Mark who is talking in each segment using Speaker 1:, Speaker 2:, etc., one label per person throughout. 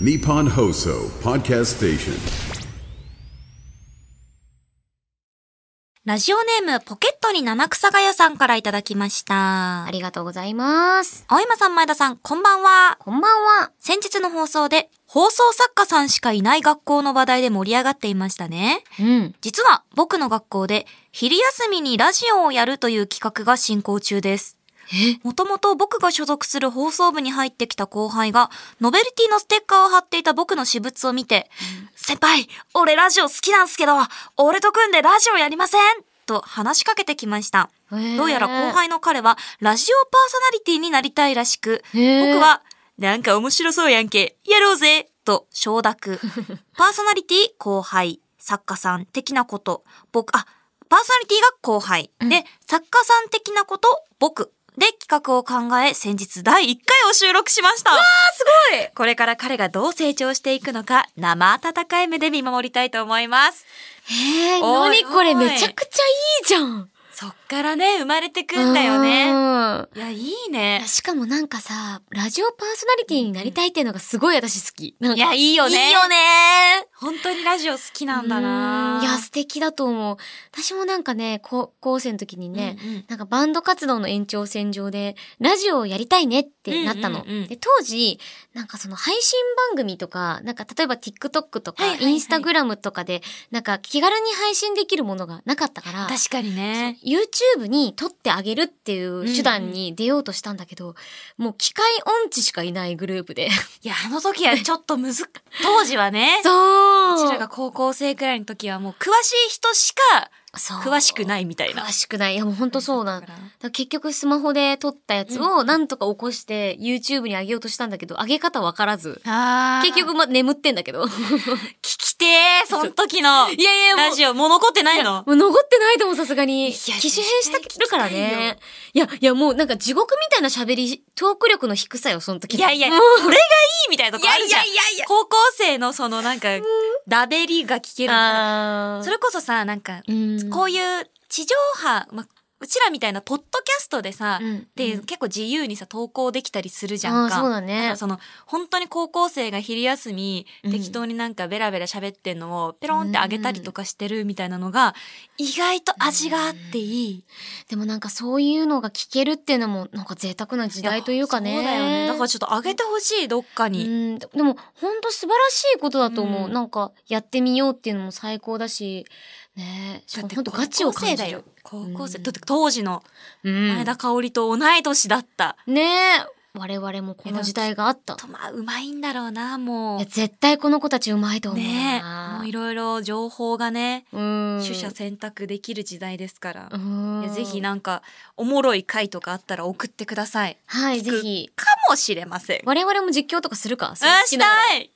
Speaker 1: Nippon Hoso Podcast Station.
Speaker 2: ラジオネーム、ポケットに七草がやさんからいただきました
Speaker 3: あ。りがとうございます。
Speaker 2: 青山さん、前田さん、こんばんは。
Speaker 3: こんばんは。
Speaker 2: 先日の放送で、放送作家さんしかいない学校の話題で盛り上がっていましたね。
Speaker 3: うん。
Speaker 2: 実は、僕の学校で、昼休みにラジオをやるという企画が進行中です。もともと僕が所属する放送部に入ってきた後輩が、ノベルティのステッカーを貼っていた僕の私物を見て、先輩、俺ラジオ好きなんすけど、俺と組んでラジオやりませんと話しかけてきました。
Speaker 3: へー
Speaker 2: どうやら後輩の彼は、ラジオパーソナリティになりたいらしく、
Speaker 3: へー
Speaker 2: 僕は、なんか面白そうやんけ、やろうぜと承 諾。パーソナリティ、後輩、作家さん的なこと、僕、あ、パーソナリティが後輩、で、作家さん的なこと、僕。で、企画を考え、先日第1回を収録しました。わー、すごいこれから彼がどう成長していくのか、生温かい目で見守りたいと思います。
Speaker 3: えー、
Speaker 2: お
Speaker 3: ないにこれ
Speaker 2: おい
Speaker 3: めちゃくちゃいいじゃん。
Speaker 2: そっからね、生まれてくんだよね。
Speaker 3: うん
Speaker 2: いや、いい
Speaker 3: い
Speaker 2: ね
Speaker 3: や。しかもなんかさ、ラジオパーソナリティになりたいっていうのがすごい私好き。なん か
Speaker 2: いや、いいよね。
Speaker 3: いいよね。
Speaker 2: 本当にラジオ好きなんだな
Speaker 3: うんいや、素敵だと思う。私もなんかね、高校生の時にね、
Speaker 2: うんうん
Speaker 3: なんかバンド活動の延長線上で、ラジオをやりたいねってなったの。
Speaker 2: うんうんうん
Speaker 3: で当時、なんかその配信番組とか、なんか例えば TikTok とか、
Speaker 2: はいはいはい
Speaker 3: インスタグラムとかで、なんか気軽に配信できるものがなかったから、
Speaker 2: 確かにね。
Speaker 3: YouTube に撮ってあげるっていう手段に出ようとしたんだけど、もう機械音痴しかいないグルー プで。
Speaker 2: いや、あの時はちょっとむず、当時はね。
Speaker 3: そう
Speaker 2: うちらが高校生くらいの時はもう詳しい人しか詳しくないみたいな
Speaker 3: 詳。しくない。いやもうほんとそうな。
Speaker 2: だ
Speaker 3: だ
Speaker 2: か
Speaker 3: からら結局スマホで撮ったやつをなんとか起こして YouTube に上げようとしたんだけど、上げ方わからず。
Speaker 2: あ
Speaker 3: 結
Speaker 2: 結局
Speaker 3: 局ま、眠ってんだけど。
Speaker 2: 聞きてー、その時の。
Speaker 3: いやいやもう
Speaker 2: ラジオ、もう残ってないの
Speaker 3: もう残ってないと思う、さすがに。
Speaker 2: いや
Speaker 3: 機種変してるから
Speaker 2: 絶対聞
Speaker 3: ね。いや、いやもうなんか地獄みたいな喋り、トーク力の低さよ、その時
Speaker 2: いやいや、
Speaker 3: も
Speaker 2: こ
Speaker 3: う
Speaker 2: れがいいみたいなとこあるじゃん。
Speaker 3: いやいやいやいや
Speaker 2: 高校生のそのなんか、ダベリが聞ける。
Speaker 3: あー
Speaker 2: それこそさ、なんか、
Speaker 3: うん
Speaker 2: こういう地上波、ま、うちらみたいなポッドキャストでさ、
Speaker 3: うん
Speaker 2: で、結構自由にさ、投稿できたりするじゃんか。
Speaker 3: あーそうだね
Speaker 2: からその、本当に高校生が昼休み、
Speaker 3: うん
Speaker 2: 適当になんかベラベラ喋ってんのを、ペロンってあげたりとかしてるみたいなのが、意外と味があっていい。
Speaker 3: でもなんかそういうのが聞けるっていうのもなんか贅沢な時代というかね。
Speaker 2: そうだよね。だからちょっとあげてほしい、どっかに。
Speaker 3: うん、でも本当素晴らしいことだと思う、
Speaker 2: うん
Speaker 3: なんかやってみようっていうのも最高だし、ねえ、しかも本当ガチを感じる。
Speaker 2: だよ。高校生。
Speaker 3: うん
Speaker 2: だって当時の
Speaker 3: うん
Speaker 2: 前田香織と同い年だった。
Speaker 3: ねえ、我々もこの時代があった。
Speaker 2: と、まあ、うまいんだろうな、も
Speaker 3: いうや、。絶対この子たちうまいと思う
Speaker 2: ね
Speaker 3: な。
Speaker 2: もういろいろ情報がね、
Speaker 3: うん。
Speaker 2: 取捨選択できる時代ですから、
Speaker 3: うん
Speaker 2: いやぜひ。なんかおもろい回とかあったら送ってください
Speaker 3: はい、
Speaker 2: 聞
Speaker 3: ぜ
Speaker 2: く
Speaker 3: ひ。
Speaker 2: かもしれません
Speaker 3: 我々も実況とかするか
Speaker 2: あしたい聞
Speaker 3: い
Speaker 2: きたい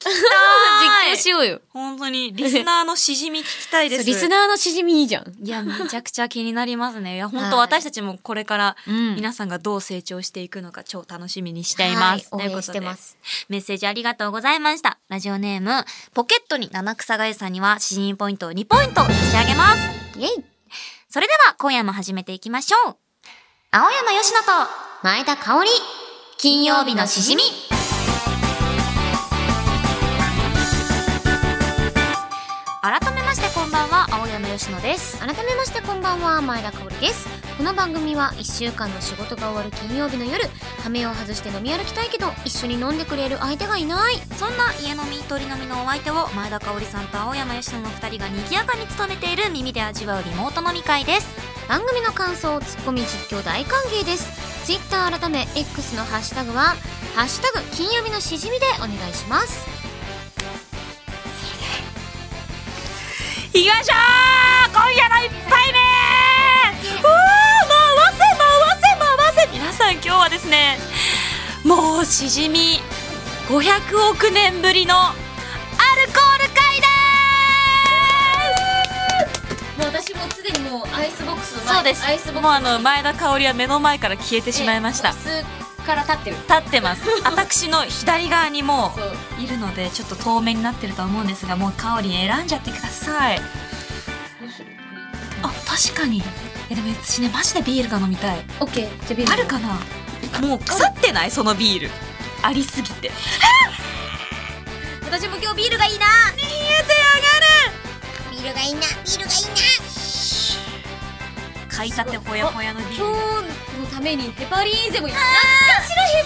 Speaker 3: 実況しようよ。
Speaker 2: 本当にリスナーのしじみ聞きたいで
Speaker 3: そ
Speaker 2: す
Speaker 3: うリスナーのしじみいいじゃん。
Speaker 2: いやめちゃくちゃ気になりますねいや本当
Speaker 3: はい
Speaker 2: 私たちもこれから
Speaker 3: うん
Speaker 2: 皆さんがどう成長していくのか超楽しみにしています、という
Speaker 3: はい応
Speaker 2: こ
Speaker 3: 援
Speaker 2: と
Speaker 3: し
Speaker 2: で
Speaker 3: てます
Speaker 2: メッセージありがとうございましたラジオネームポケットに七草がゆさんには詩人ポイントを2ポイント差し上げます
Speaker 3: イェイ
Speaker 2: それでは今夜も始めていきましょう。青山よしのと
Speaker 3: 前田香織
Speaker 2: 金曜日のしじみ。改めましてこんばんは、青山よしのです。
Speaker 3: 改めましてこんばんは前田香織ですこの番組は1週間の仕事が終わる金曜日の夜羽目を外して飲み歩きたいけど一緒に飲んでくれる相手がいない
Speaker 2: そんな家飲み、鳥飲みのお相手を前田香織さんと青山よしのの二人が賑やかに務めている耳で味わうリモート飲み会です。
Speaker 3: 番組の感想ツッコミ実況大歓迎ですツイッター改め X のハッシュタグは「ハッシュタグ金曜日のしじみ」でお願いします
Speaker 2: 行きましょう今夜の一杯目うわー回せ回せ回せ皆さん今日はですねもうしじみ500億年ぶりのアルコール会で
Speaker 3: もう私もすでにもうアイスボックスの
Speaker 2: すそうですもうあの前田香織は目の前から消えてしまいました立
Speaker 3: から立ってる
Speaker 2: ってます私の左側にも
Speaker 3: そう
Speaker 2: ういるのでちょっと透明になってると思うんですがもう香織選んじゃってくださいあ確かにえでも私ねマジでビールが飲みたい
Speaker 3: OK じゃあビール
Speaker 2: あるかなもう腐ってないそのビールありすぎて
Speaker 3: 私も今日ビールがいいな見えてあがるビールがいいなビールがいい
Speaker 2: 買いたてほやほやのビール
Speaker 3: な今日のためにヘパリーゼもやっ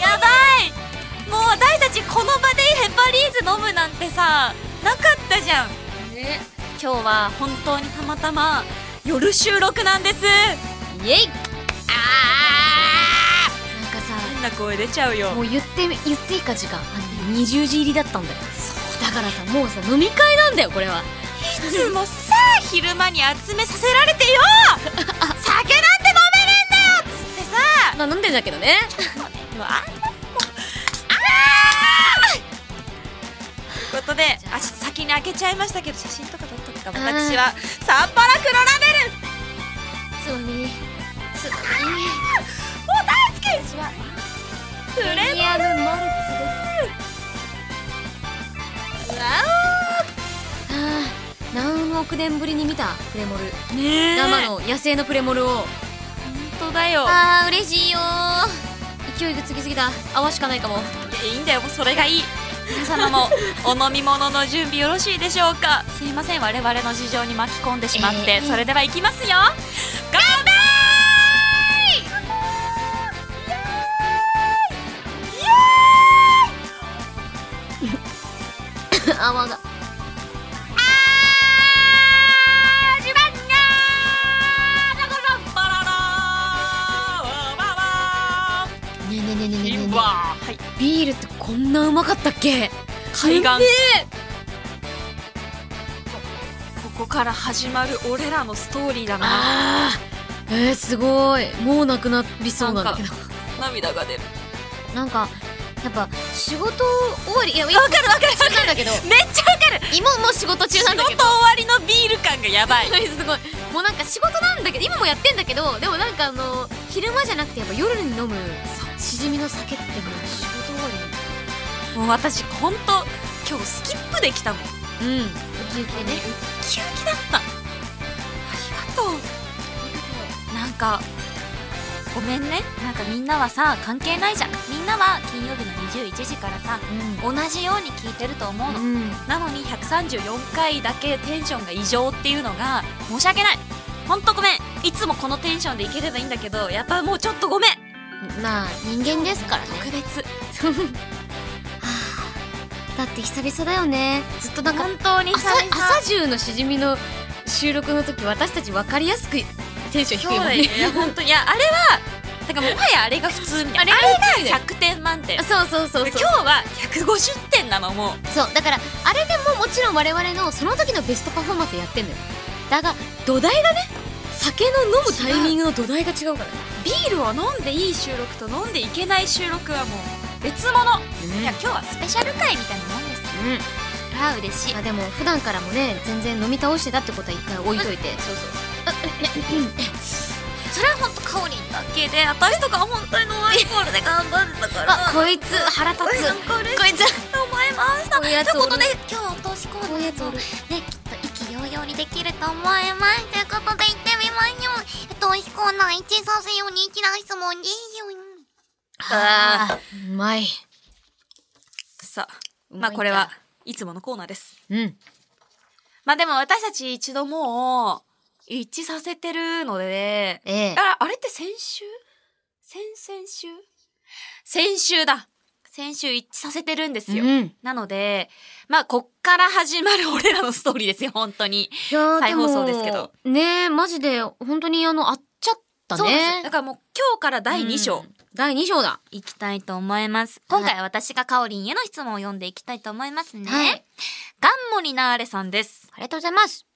Speaker 2: やばいもう私たちこの場でヘパリーズ飲むなんてさなかったじゃん
Speaker 3: たね
Speaker 2: 今日は本当にたまたま夜収録なんです
Speaker 3: イエイあーなんかさ
Speaker 2: 変な声出ちゃうよ
Speaker 3: もう言ってみ言っていいか時間あのね20時入りだったんだよだからさもうさ飲み会なんだよこれはい
Speaker 2: つもさ昼間に集めさせられてよ酒なんて飲めねえんだよっつってさ
Speaker 3: まあ飲んでんだけどね
Speaker 2: でもあんなもうあーということで
Speaker 3: じゃあ
Speaker 2: あちょっと先に開けちゃいましたけど写真とか撮っとくか
Speaker 3: ー
Speaker 2: 私はサンパラ黒ラベル
Speaker 3: つまみつま
Speaker 2: もう大好き私はプレ
Speaker 3: み
Speaker 2: モル
Speaker 3: ミアムモルツですあー何億年ぶりに見たプレモル
Speaker 2: ねえ
Speaker 3: 生の野生のプレモルを
Speaker 2: 本当だよ
Speaker 3: あー嬉しいよー勢いがつきすぎた泡しかないか
Speaker 2: い
Speaker 3: も
Speaker 2: やいいんだよもうそれがいい皆様 もお飲み物の準備よろしいでしょうかすいません我々の事情に巻き込んでしまって、
Speaker 3: えー
Speaker 2: それではいきますよ乾杯
Speaker 3: 泡が
Speaker 2: バララーババ
Speaker 3: ねえねえねえねえ
Speaker 2: ーンリ
Speaker 3: ねえね
Speaker 2: ン
Speaker 3: え
Speaker 2: バーはい
Speaker 3: ビールってこんなうまかったっけ
Speaker 2: 海岸
Speaker 3: うめえ
Speaker 2: ここから始まる俺らのストーリーだな
Speaker 3: あーえー、すごいもうなくなりそうなんだけど
Speaker 2: 涙が出る
Speaker 3: なんかやっぱ仕事終わりいやわかるわかるわかるだけど
Speaker 2: めっちゃわかる
Speaker 3: 今もう仕事中
Speaker 2: 仕
Speaker 3: なん
Speaker 2: 事終
Speaker 3: だけど
Speaker 2: わりのビール感がやばい
Speaker 3: すごいもうなんか仕事なんだけど今もやってんだけどでもなんかあの昼間じゃなくてやっぱ夜に飲むしじみの酒ってもう仕事終
Speaker 2: も
Speaker 3: わ
Speaker 2: う私本当今日スキップできたもん
Speaker 3: りうんウキウキでね
Speaker 2: キウキだったありがとうなんかごめんねなんかみんなはさ関係ないじゃんみんなは金曜日の21時からさ同じように聞いてると思うの、
Speaker 3: うん、うん、
Speaker 2: なのに134回だけテンションが異常っていうのが申し訳ないほんとごめんいつもこのテンションでいければいいんだけどやっぱもうちょっとごめん
Speaker 3: まあ人間ですからね
Speaker 2: 特別
Speaker 3: だって久々だよねずっとなんか
Speaker 2: 本当に
Speaker 3: 朝朝中のしじみの収録の時私たち分かりやすくテンション低
Speaker 2: そう
Speaker 3: いもん
Speaker 2: だ
Speaker 3: ね
Speaker 2: よねいや本当にいやあれはだからもはやあれが普通みたいなあ
Speaker 3: あれが普通
Speaker 2: れが
Speaker 3: だよ
Speaker 2: 100点満点
Speaker 3: そうそうそう
Speaker 2: 今日
Speaker 3: そう
Speaker 2: は150点なのもう
Speaker 3: そうだからあれでももちろん我々のその時のベストパフォーマンスやってんのよだが土台がね酒の飲むタイミングの土台が違うから
Speaker 2: ビールを飲んでいい収録と飲んでいけない収録はもう別物、
Speaker 3: うん
Speaker 2: いや今日はスペシャル回みたいなもんです
Speaker 3: うん
Speaker 2: ああ嬉しい
Speaker 3: まあでも普段からもね全然飲み倒してたってことは一回置いといて、そうそう
Speaker 2: それは本当カオリンだけで私とかは本当にノンアルコールで頑張ってたから
Speaker 3: あこいつ腹立
Speaker 2: うんなん
Speaker 3: つ
Speaker 2: か嬉しい
Speaker 3: こいつ
Speaker 2: と思いました
Speaker 3: こういうやつ
Speaker 2: という
Speaker 3: お
Speaker 2: こと
Speaker 3: る
Speaker 2: で今日はお通しコーナーと
Speaker 3: こういうや
Speaker 2: ねきっと意気揚々にできると思いますということで行ってみましょう
Speaker 4: えっと、飛行な一させように一な質問に
Speaker 2: あー
Speaker 3: あーうまい
Speaker 2: さあまあこれはいつものコーナーです
Speaker 3: うん
Speaker 2: まあでも私たち一度もう一致させてるので、
Speaker 3: ええ
Speaker 2: ああれって先週先々週先週だ先週一致させてるんですよ。
Speaker 3: うん
Speaker 2: なので、まあ、こっから始まる俺らのストーリーですよ、本当に。
Speaker 3: いやー
Speaker 2: 再放送ですけど。
Speaker 3: でもねえマジで本当にあのあっちゃった
Speaker 2: そうです。だ
Speaker 3: ね
Speaker 2: からもう今日から第2章、
Speaker 3: うん第2章だ
Speaker 2: いきたいと思います。今回は私がカオリンへの質問を読んでいきたいと思いますね。
Speaker 3: はい
Speaker 2: ガンモリナーレさんです。
Speaker 3: ありがとうございます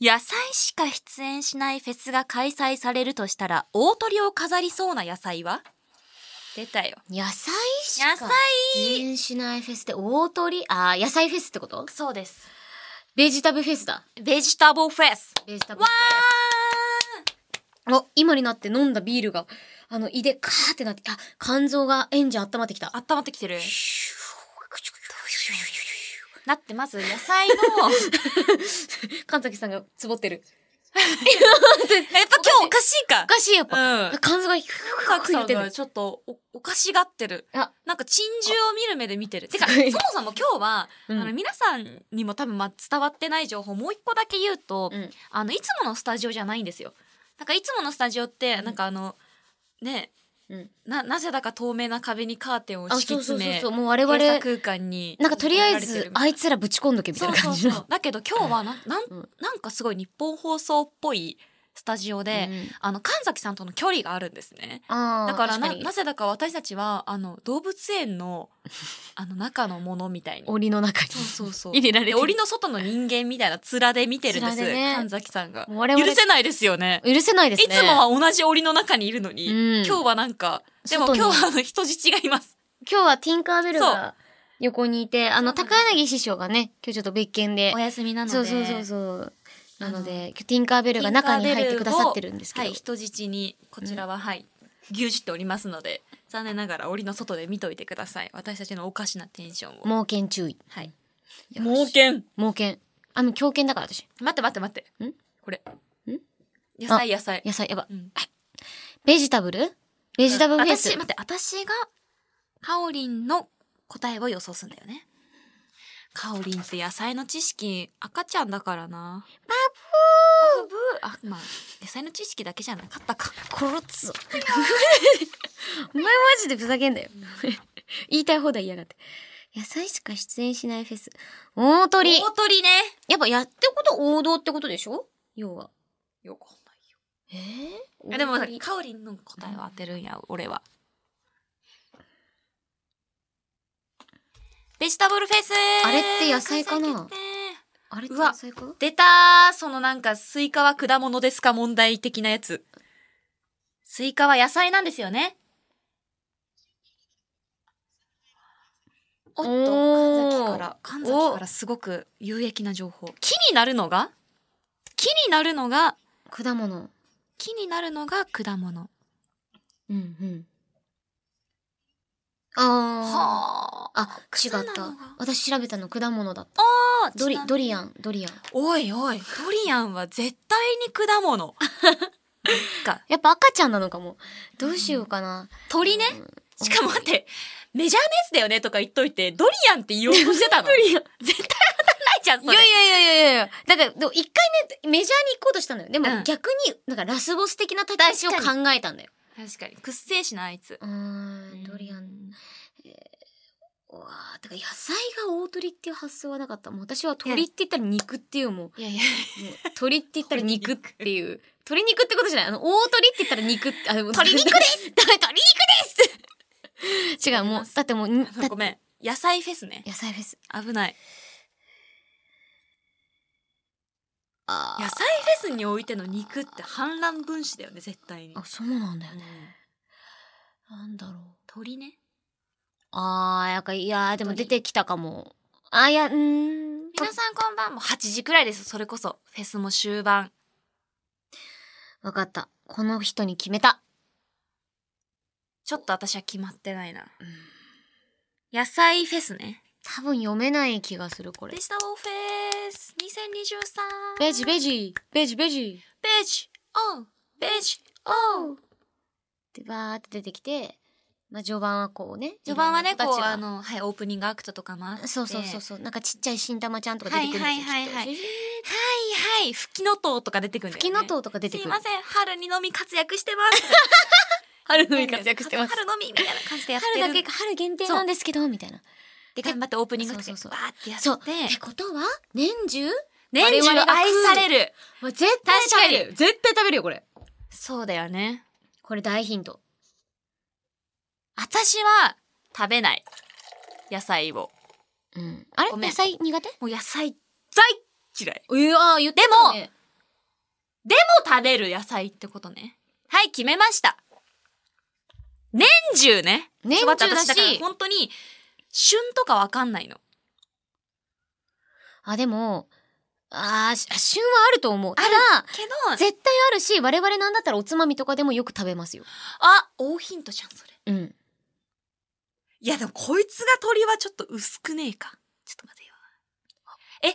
Speaker 2: 野菜しか出演しないフェスが開催されるとしたら大鳥を飾りそうな野菜は出たよ
Speaker 3: 野菜し
Speaker 2: 野
Speaker 3: か
Speaker 2: 菜
Speaker 3: 出演しないフェスで大鳥あー野菜フェスってこと
Speaker 2: そうです
Speaker 3: ベジタブフェスだ
Speaker 2: ベジタブルフェス
Speaker 3: ベジタブ
Speaker 2: わ
Speaker 3: お今になって飲んだビールがあの胃でカーってなってあ肝臓がエンジン温まってきた
Speaker 2: ー温まってきてるだってまず野菜の
Speaker 3: 神崎さんがつぼってる
Speaker 2: やっぱ今日おかしいか
Speaker 3: お。かしいやっぱ。
Speaker 2: うん。
Speaker 3: 感想がひ
Speaker 2: サ
Speaker 3: く
Speaker 2: ク
Speaker 3: く
Speaker 2: さ
Speaker 3: 言
Speaker 2: ん
Speaker 3: ってる
Speaker 2: が。ちょっとおおかしがってる
Speaker 3: あ。
Speaker 2: なんか珍獣を見る目で見てる。てか、
Speaker 3: すご
Speaker 2: そ
Speaker 3: い
Speaker 2: もそも今日は、
Speaker 3: うん
Speaker 2: あの皆さんにも多分まあ伝わってない情報もう一個だけ言うと、
Speaker 3: うん
Speaker 2: あの、いつものスタジオじゃないんですよ。なんかいつものスタジオって、なんかあの、ね、
Speaker 3: うん
Speaker 2: な、なぜだか透明な壁にカーテンを
Speaker 3: あ、
Speaker 2: 敷き
Speaker 3: そうそ
Speaker 2: 詰
Speaker 3: うそう
Speaker 2: め
Speaker 3: そう。、もう我々、
Speaker 2: 閉鎖
Speaker 3: な
Speaker 2: 空間に。
Speaker 3: んかとりあえず、あい
Speaker 2: つ
Speaker 3: つらぶち込んどけみた
Speaker 2: そう
Speaker 3: いな
Speaker 2: そ
Speaker 3: 感
Speaker 2: う
Speaker 3: じ
Speaker 2: そう
Speaker 3: の。。
Speaker 2: だけど今日はな、なん、
Speaker 3: うん
Speaker 2: なんかすごい日本放送っぽいスタジオで、
Speaker 3: うん
Speaker 2: あの、神崎さんとの距離があるんですね。
Speaker 3: あー
Speaker 2: だから
Speaker 3: 確
Speaker 2: な
Speaker 3: に
Speaker 2: なぜだか私たちはあの動物園 のあの中のものみたいに
Speaker 3: 檻の中に。
Speaker 2: そうそうそう
Speaker 3: 入れられて
Speaker 2: で
Speaker 3: る
Speaker 2: 檻の外の人間みたいな面で見てるんです、
Speaker 3: 面でね
Speaker 2: 神崎さんが
Speaker 3: もう我々
Speaker 2: 許せないですよね
Speaker 3: 許せないです
Speaker 2: い
Speaker 3: ね。
Speaker 2: つもは同じ檻の中にいるのに、
Speaker 3: うん
Speaker 2: 今日はなんかでも
Speaker 3: 外に
Speaker 2: 今日はあの人質がいます
Speaker 3: 今日はティンカーベル
Speaker 2: そ
Speaker 3: が横にいて、あの、
Speaker 2: そうなん
Speaker 3: 高
Speaker 2: です
Speaker 3: 柳師匠がね、今日ちょっと別件で。
Speaker 2: 休みな
Speaker 3: そうそうそう
Speaker 2: う
Speaker 3: そう。なの
Speaker 2: あ
Speaker 3: で、今日ティンカーベルが中に入ってくださってるんですけど。
Speaker 2: はい人質にこちらは、はい牛耳っておりますので残念ながら檻の外で見といてください私たちのおかしなテンションを
Speaker 3: 猛犬注意。
Speaker 2: はい
Speaker 3: よし
Speaker 2: 猛犬
Speaker 3: 猛犬。あの、狂犬だから私。
Speaker 2: 待って待って待って。
Speaker 3: ん
Speaker 2: これ。
Speaker 3: ん
Speaker 2: 野菜野菜。
Speaker 3: 野菜、やば。
Speaker 2: うん
Speaker 3: ベジタブルベジタブルフェイス。
Speaker 2: 私、待って、私が、カオリンの答えを予想するんだよね。カオリンって野菜の知識、赤ちゃんだからな。バブーバブーあ、まあ、野菜の知識だけじゃなかったか。
Speaker 3: 殺すぞ。お前マジでふざけんだよ。言いたい放題言いやがって。野菜しか出演しないフェス。大鳥。
Speaker 2: 大鳥ね。
Speaker 3: やっぱやってこと王道ってことでしょ要は。
Speaker 2: よくないよ。
Speaker 3: え
Speaker 2: あでも
Speaker 3: 大鳥、
Speaker 2: カオリンの答えを当てるんや、俺は。ベジタブルフェス
Speaker 3: あれって野菜かな
Speaker 2: 関西系ね
Speaker 3: あれって
Speaker 2: うわ
Speaker 3: 野菜か
Speaker 2: 出たーそのなんか、スイカは果物ですか問題的なやつ。スイカは野菜なんですよね。おっと、
Speaker 3: おー
Speaker 2: 神崎から、神崎からすごく有益な情報。木になるのが木になるのが、
Speaker 3: 果物。
Speaker 2: 木になるのが果物。
Speaker 3: うんうん。あ
Speaker 2: は
Speaker 3: あ。あ、違っ
Speaker 2: 草なの
Speaker 3: た
Speaker 2: が。
Speaker 3: 私調べたの果物だった。
Speaker 2: あ。
Speaker 3: ドリ、ドリ
Speaker 2: ン。
Speaker 3: アン、ドリアン。
Speaker 2: おいおい、ドリアンは絶対に果 物。なんか、
Speaker 3: やっぱ赤ちゃんなのかも。どうしようかな。
Speaker 2: 鳥ね。しかも待って、メジャーなやつだよねとか言っといて、ドリアンって言おうとしてたの。
Speaker 3: ドリアン。
Speaker 2: 絶対当たんないじゃん、そ
Speaker 3: い
Speaker 2: れ。
Speaker 3: やいやいやいやいやだから、でも一回ね、メジャーに行こうとしたのよ。でも
Speaker 2: うん
Speaker 3: 逆に、なんかラスボス的な立ち位置を
Speaker 2: 確か
Speaker 3: 考えたんだよ。
Speaker 2: 確かに。くっせえしな、あいつ。
Speaker 3: うーん、ドリアン。うわー、だから野菜が大鳥っていう発想はなかった。もう私は鳥って言ったら肉っていうもう、
Speaker 2: いやいや、
Speaker 3: もう鳥って言ったら肉っていう。鶏肉ってことじゃない。あの、大鳥って言ったら肉って、あ、でも
Speaker 2: 鶏肉です
Speaker 3: 鶏肉です 違う、もう、だってもう、にだって
Speaker 2: ごめん。野菜フェスね。
Speaker 3: 野菜フェス。
Speaker 2: 危ない。
Speaker 3: あ
Speaker 2: 野菜フェスにおいての肉って反乱分子だよね、絶対に
Speaker 3: あ、。そうなんだよね。なんだろう。
Speaker 2: 鳥ね。
Speaker 3: あー、やっぱいやー、でも出てきたかも。あ、いや、うーん。
Speaker 2: 皆さんこんばんもう8時くらいです、それこそ。フェスも終盤。
Speaker 3: わかった。この人に決めた。
Speaker 2: ちょっと私は決まってないな。野菜フェスね。
Speaker 3: 多分読めない気がする、これ
Speaker 2: デ。ジタルフェス2023。
Speaker 3: ベジベジ、ベジベジ。
Speaker 2: ベジ、オン、ベジ、オン。
Speaker 3: で、バーって出てきて、まあ、序盤はこうね。
Speaker 2: 序盤はね、
Speaker 3: いろ
Speaker 2: こ
Speaker 3: んな子
Speaker 2: う、
Speaker 3: たちが
Speaker 2: あの、はい、オープニングアクトとかもあって。
Speaker 3: そうそうそうそう。なんかちっちゃい新玉ちゃんとか
Speaker 2: は
Speaker 3: 出
Speaker 2: い
Speaker 3: てくるんです
Speaker 2: は
Speaker 3: よ。
Speaker 2: いはいはい。は
Speaker 3: きっ
Speaker 2: い
Speaker 3: と
Speaker 2: はい。吹きのとうとか出てくるんだよ、ね。
Speaker 3: 吹きのとうとか出て
Speaker 2: すい
Speaker 3: くる
Speaker 2: ま。せん。春にのみ活躍してます。
Speaker 3: 春
Speaker 2: 春に春のみみたいな感じでやってる。
Speaker 3: 春だけか、春限定なんですけど、みたいな。
Speaker 2: で頑張ってオープニングアクトで
Speaker 3: そうそうそう
Speaker 2: バーってやって
Speaker 3: そう。っ。てことは、年中
Speaker 2: 年中愛され
Speaker 3: る。
Speaker 2: る。
Speaker 3: まあ絶対
Speaker 2: 確かに
Speaker 3: 食べる。絶対食べるよ、これ。
Speaker 2: そうだよね。
Speaker 3: これ大ヒント。
Speaker 2: 私は食べない。野菜を。
Speaker 3: うん。あれ
Speaker 2: ごめん
Speaker 3: 野菜苦手
Speaker 2: もう野菜大嫌い。
Speaker 3: いやー、言って
Speaker 2: た
Speaker 3: で
Speaker 2: ね
Speaker 3: も、
Speaker 2: でも食べる野菜ってことね。はい、決めました。年中ね。
Speaker 3: 年
Speaker 2: ちょっ
Speaker 3: 中
Speaker 2: と待
Speaker 3: だ
Speaker 2: って私から
Speaker 3: し、
Speaker 2: 本当に、旬とかわかんないの。
Speaker 3: あ、でも、あーしあ、旬はあると思う。ただ、
Speaker 2: けど、
Speaker 3: 絶対あるし、我々なんだったらおつまみとかでもよく食べますよ。
Speaker 2: あ、大ヒントじゃん、それ。
Speaker 3: うん。
Speaker 2: いや、でもこいつが鳥はちょっと薄くねえか。ちょっと待てよ。え、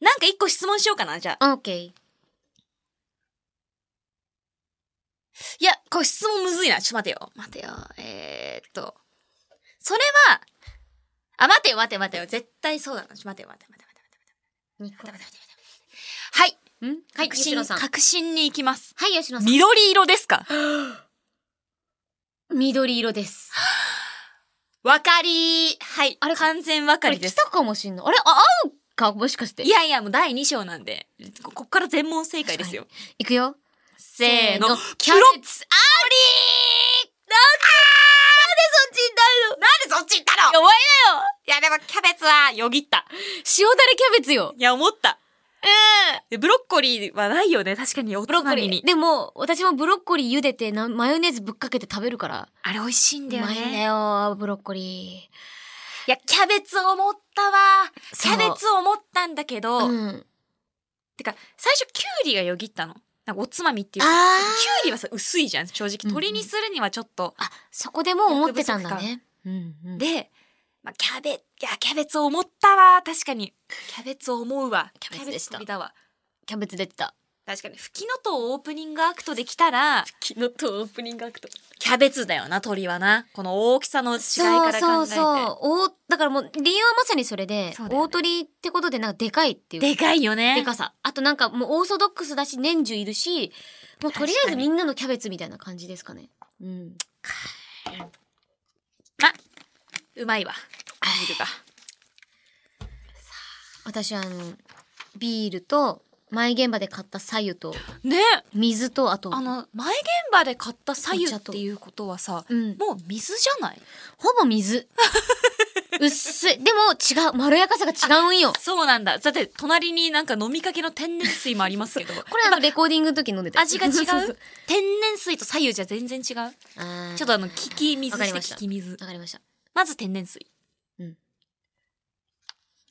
Speaker 2: なんか一個質問しようかな、じゃあ。
Speaker 3: オッケー。
Speaker 2: いや、これ質問むずいな。ちょっと待てよ。待てよ。えー、っと。それは、あ、待てよ、待てよ、待てよ。絶対そうだな。ちょっと待てよ、待てよ、待てよ、待てよ。
Speaker 3: ニコ待て
Speaker 2: はい。
Speaker 3: 待てはい、
Speaker 2: 確
Speaker 3: 吉野
Speaker 2: 信、
Speaker 3: さん。
Speaker 2: 確信に行きます。
Speaker 3: はい、吉野さん。
Speaker 2: 緑色ですか
Speaker 3: 緑色です。
Speaker 2: わかりはい。
Speaker 3: あれ
Speaker 2: 完全わ
Speaker 3: こ
Speaker 2: か
Speaker 3: れ
Speaker 2: りで
Speaker 3: 来
Speaker 2: す。
Speaker 3: たかもしんない。あれあ、合うかもしかして。
Speaker 2: いやいや、もう第2章なんで、ここっから全問正解ですよ。
Speaker 3: いくよ。
Speaker 2: せーの。
Speaker 3: キャベツ。
Speaker 2: なんでそっち行ったのいや、お前だよいや、でもキャベツはよぎった。
Speaker 3: 塩だれキャベツよ。
Speaker 2: いや、思った。うん。で、ブロッコリーはないよね。確かに、お
Speaker 3: ブロ
Speaker 2: つ
Speaker 3: ッコ
Speaker 2: ま
Speaker 3: リ
Speaker 2: み
Speaker 3: ー。
Speaker 2: に。
Speaker 3: でも、私もブロッコリー茹でてな、マヨネーズぶっかけて食べるから。
Speaker 2: あれ美味しいん
Speaker 3: うまいんだよ、ブロッコリ
Speaker 2: いや、キャベツ思ったわ。キ
Speaker 3: そう
Speaker 2: ャベツ思ったんだけ
Speaker 3: ー。
Speaker 2: ど、
Speaker 3: うん。
Speaker 2: てか、最初、キュウリがよぎったの。なんか、おつまみっていうか。
Speaker 3: あ
Speaker 2: キュウリはさ、薄いじゃん、正直。
Speaker 3: うんうん
Speaker 2: 鶏にするにはちょっと。
Speaker 3: あ、そこでもう思ってたんだね。うん、うん。
Speaker 2: で、まあ、キャベ、いや、キャベツ思ったわ。確かに。キャベツ思うわ。
Speaker 3: キャベツでした
Speaker 2: キャ飛びだわ。
Speaker 3: キャベツ出てた。
Speaker 2: 確かに、吹きのとオープニングアクトできたら、
Speaker 3: 昨日とオープニングアクト。
Speaker 2: キャベツだよな、鳥はな。この大きさの違い
Speaker 3: そう
Speaker 2: から
Speaker 3: そ
Speaker 2: 考え
Speaker 3: う
Speaker 2: て。
Speaker 3: そう。お、だからもう理由はまさにそれで、
Speaker 2: そうだよね
Speaker 3: 大鳥ってことでなんかでかいっていう。
Speaker 2: でかいよね。
Speaker 3: でかさ。あとなんかもうオーソドックスだし、年中いるし、もうとりあえずみんなのキャベツみたいな感じですかね。うん。
Speaker 2: あうまいわ。ビールが。
Speaker 3: 私はあの、ビールと、前現場で買った白湯と、
Speaker 2: ね
Speaker 3: 水と、あと、
Speaker 2: あの、前現場で買った左右っていうことはさ、
Speaker 3: うん
Speaker 2: もう水じゃない
Speaker 3: ほ ぼ水。薄い。でも違う。まろやかさが違うんよ。
Speaker 2: そうなんだ。だって、隣になんか飲みかけの天然水もありますけ ど。
Speaker 3: これあの、レコーディングの時飲んでた。
Speaker 2: 味が違う
Speaker 3: そうそうそう
Speaker 2: 天然水と左右じゃ全然違う。ちょ
Speaker 3: あー
Speaker 2: っとあの、聞き水
Speaker 3: わかり
Speaker 2: し
Speaker 3: ま
Speaker 2: て
Speaker 3: した
Speaker 2: 聞き水。
Speaker 3: わかりました。
Speaker 2: まず天然水。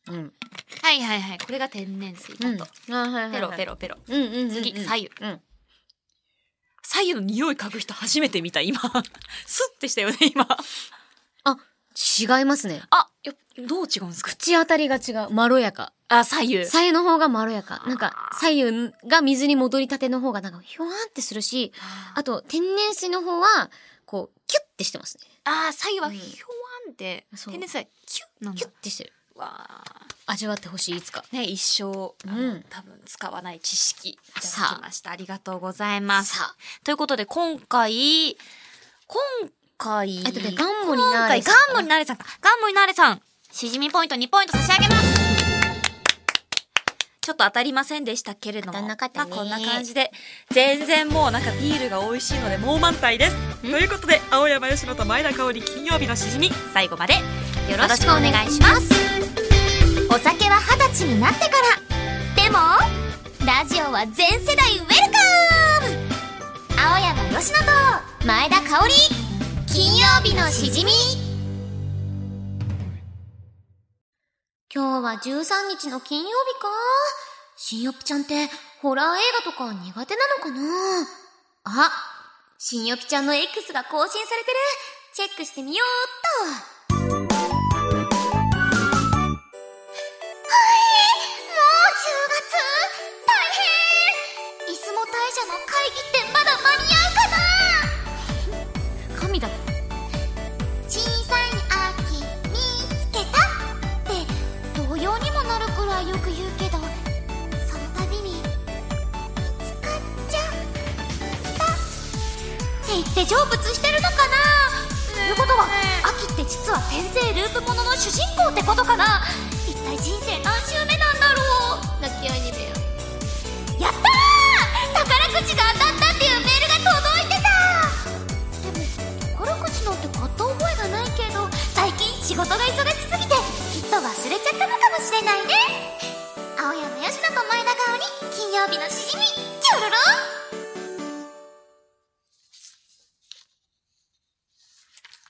Speaker 3: うん。
Speaker 2: はいはいはい。これが天然水
Speaker 3: う
Speaker 2: だ
Speaker 3: ん。
Speaker 2: と。
Speaker 3: はいはいはい。
Speaker 2: ペロペ。ロペロ。
Speaker 3: うんうんうんうん。
Speaker 2: 次白湯
Speaker 3: うん。
Speaker 2: 左右の匂い嗅ぐ人初めて見た、今。 スッてしたよね、今。
Speaker 3: 違いますね。
Speaker 2: あ、いやどう違うんですか
Speaker 3: 口当たりが違う。まろやか。
Speaker 2: あ、左右。
Speaker 3: 左右の方がまろやか。なんか、左右が水に戻りたての方がなんか、ひょわーってするし、あと、天然水の方は、こう、キュッてしてますね。
Speaker 2: あー、左右は
Speaker 3: うん
Speaker 2: ひょわんで、
Speaker 3: そう
Speaker 2: 天然水はキュッなん
Speaker 3: キ
Speaker 2: だ
Speaker 3: ュッ。てしてる。
Speaker 2: わー
Speaker 3: 味わってほしい、いつか。
Speaker 2: ね、一生、あの
Speaker 3: うん
Speaker 2: 多分使わない知識いた
Speaker 3: さあ
Speaker 2: だきました。ありがとうございます。
Speaker 3: さあ。
Speaker 2: ということで、今回、今回、
Speaker 3: えっとねガンモになれ
Speaker 2: 今回
Speaker 3: さん
Speaker 2: ガンモになれさんか。ガンモになれさん、しじみポイント2ポイント差し上げますちょっと当たりませんでしたけれども。
Speaker 3: 当たんなかったね
Speaker 2: まあこんな感じで、全然もうなんかビールが美味しいので、もう満杯です。ということで、青山佳乃と前田香織金曜日のしじみ、最後まで
Speaker 3: よ
Speaker 2: よ
Speaker 3: ろ
Speaker 2: ろ
Speaker 3: し
Speaker 2: し
Speaker 3: く
Speaker 2: く
Speaker 3: お
Speaker 2: お
Speaker 3: 願
Speaker 2: 願
Speaker 3: い
Speaker 2: い
Speaker 3: し
Speaker 2: し
Speaker 3: ま
Speaker 2: ますす。
Speaker 5: お酒は二十歳になってからでもラジオは全世代ウェルカム青山佳乃と前田香織金曜日のしじみ
Speaker 3: 今日は13日の金曜日か。新よっぴちゃんって、ホラー映画とか苦手なのかなあ、新よっぴちゃんの X が更新されてる。チェックしてみようっ
Speaker 5: もう10月大変出雲大社の会議ってまだ間に合うかな
Speaker 3: と。神だ。
Speaker 5: 小さい秋見つけたって童謡にもなるくらいよく言うけどその度に見つかっちゃったって言って成仏してるのかなということは秋って実は天性ループものの主人公ってことかな一体人生何周目なんだろう
Speaker 3: 泣きアニメや。
Speaker 5: やったー宝くじが当たったっていうメールが届いてたでも宝くじなんて買った覚えがないけど最近仕事が忙しすぎてきっと忘れちゃったのかもしれないね青山佳乃と前田香織金曜日のしじみキョロロ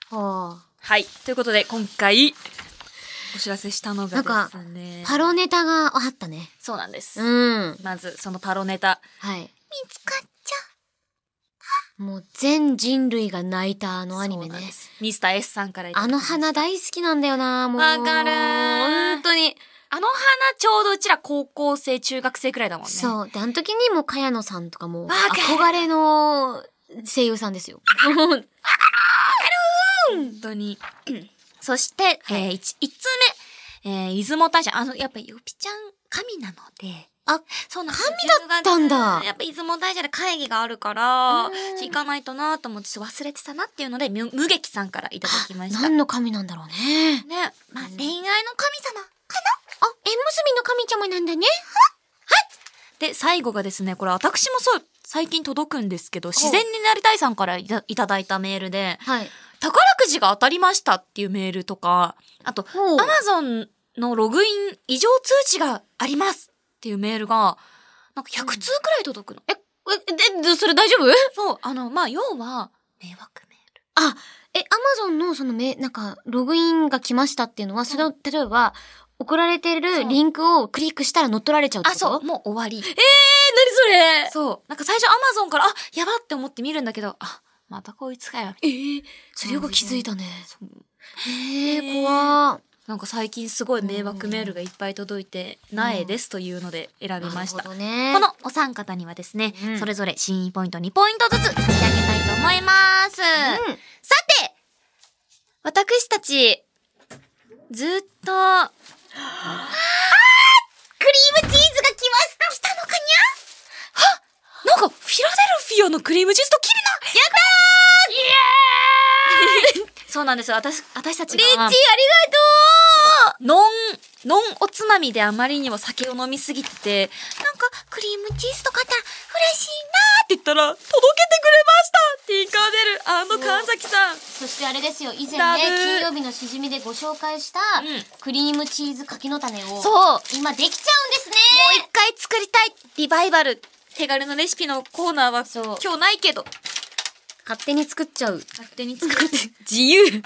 Speaker 3: はあ。
Speaker 2: はい。ということで、今回、お知らせしたのが
Speaker 3: なん
Speaker 2: で
Speaker 3: か
Speaker 2: すね。
Speaker 3: パロネタがあったね。
Speaker 2: そうなんです。
Speaker 3: ん。
Speaker 2: まず、そのパロネタ。
Speaker 3: はい。
Speaker 5: 見つかっちゃ
Speaker 3: もう全人類が泣いたあのアニメ
Speaker 2: そうなん
Speaker 3: ね
Speaker 2: で。す。ミスター S さんからいただ
Speaker 3: あ
Speaker 2: き
Speaker 3: の
Speaker 2: ました
Speaker 3: 花大好きなんだよな、もう。
Speaker 2: わかる
Speaker 3: 本当に。
Speaker 2: あの花、ちょうどうちら高校生、中学生くらいだもんね。う。
Speaker 3: そう。で、あの時にもう、茅野さんとかもう、
Speaker 2: わかる
Speaker 3: 憧れの声優さんですよ。
Speaker 2: 本当に。 そして、えー、一、一通目。えー、出雲大社。あの、やっぱ、よぴちゃん、神なので。あ、そうなん神だった
Speaker 3: んだ
Speaker 2: やっぱ、出雲大社で会議があるから、行かないとなと思って、ちょっと忘れてたなっていうので、む無劇さんからいただきました。ね、
Speaker 3: 何の神なんだろうね。
Speaker 2: まあ、恋愛の神様か
Speaker 6: あ、
Speaker 2: な
Speaker 6: 縁結びの神様なんだね。
Speaker 2: で、最後がですね、これ私もそう、最近届くんですけど、自然になりたいさんからいたいただいたメールで、
Speaker 3: はい。
Speaker 2: 宝くじが当たりましたっていうメールとか、あと、
Speaker 3: ほう
Speaker 2: Amazon のログイン異常通知がありますっていうメールが、なんか100通くらい届くの。
Speaker 3: え、え、で、それ大丈夫
Speaker 2: そう、あの、まあ、要は、迷惑メール。
Speaker 3: あ、え、アマゾンのそのめ、なんか、ログインが来ましたっていうのは、それを、例えば、送られてるリンクをクリックしたら乗っ取られちゃうって
Speaker 2: あ、
Speaker 3: こと
Speaker 2: そう、もう終わり。
Speaker 3: え、何それ
Speaker 2: そう。なんか最初 Amazon から、あ、やばって思って見るんだけど、あ、またこいつかよ。
Speaker 3: ええそれよく気づいたね。ええ
Speaker 2: ね
Speaker 3: 怖
Speaker 2: なんか最近すごい迷惑メールがいっぱい届いて、苗ですというので選びました。
Speaker 3: なるほどね。
Speaker 2: このお三方にはですね、
Speaker 3: うん
Speaker 2: それぞれ新位ポイント2ポイントずつ差し上げたいと思います。
Speaker 3: うん
Speaker 2: さて、私たち、ずっと、あ
Speaker 5: クリームチーズが来ました来たのかにゃ
Speaker 2: なんかフィラデルフィアのクリームチーズとキルナやったーイエーイそうなんですよ。私、私たちが。
Speaker 5: レッチーありがとう
Speaker 2: ノン、ノンおつまみであまりにも酒を飲みすぎてて、なんかクリームチーズとかたら嬉しいなーって言ったら、届けてくれましたティンカーデル川崎さん
Speaker 6: そしてあれですよ、以前
Speaker 2: だ
Speaker 6: ね、
Speaker 2: る
Speaker 6: 金曜日のしじみでご紹介した、
Speaker 2: ん
Speaker 6: クリームチーズ柿の種を、
Speaker 2: そう
Speaker 6: 今できちゃうんですね。
Speaker 2: もう一回作りたいリバイバル手軽なレシピのコーナーは
Speaker 3: そう
Speaker 2: 今日ないけど、
Speaker 3: 勝手に作っちゃう。
Speaker 2: 勝手に作って 自由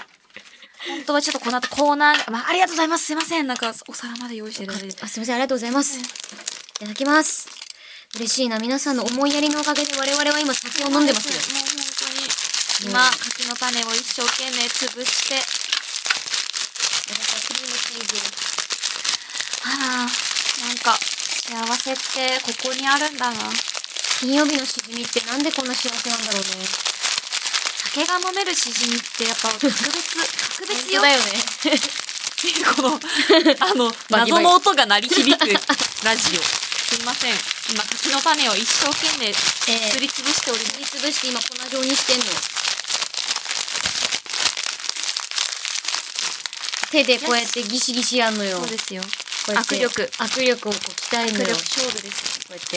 Speaker 2: 本当はちょっとこの後コーナー、まあ、ありがとうございます。すいません。なんか、お皿まで用意していただいて。
Speaker 3: あ、すみません、ありがとうございます。いただきます。嬉しいな、皆さんの思いやりのおかげで我々は今酒を飲んでますよ。
Speaker 2: もう本当に。今、柿の種を一生懸命潰して。あら、なんか、幸せってここにあるんだな。
Speaker 3: 金曜日のしじみってなんでこんな幸せなんだろうね。
Speaker 2: 酒が飲めるしじみって やっぱ特別、格別よ
Speaker 3: 本当。だよね。
Speaker 2: この、 あの、
Speaker 3: バリバリ
Speaker 2: 謎の音が鳴り響くラジ オ。すいません。今、柿の種を一生懸命すりつぶしております。
Speaker 3: 振りつぶして今粉状にしてんの。手でこうやってギシギシやんのよ。
Speaker 2: そうですよ。
Speaker 3: こうやって
Speaker 2: 握力
Speaker 3: 握力をこう鍛える
Speaker 2: 握
Speaker 3: の
Speaker 2: 力
Speaker 3: よ。こ
Speaker 2: 勝負です。
Speaker 3: うやって。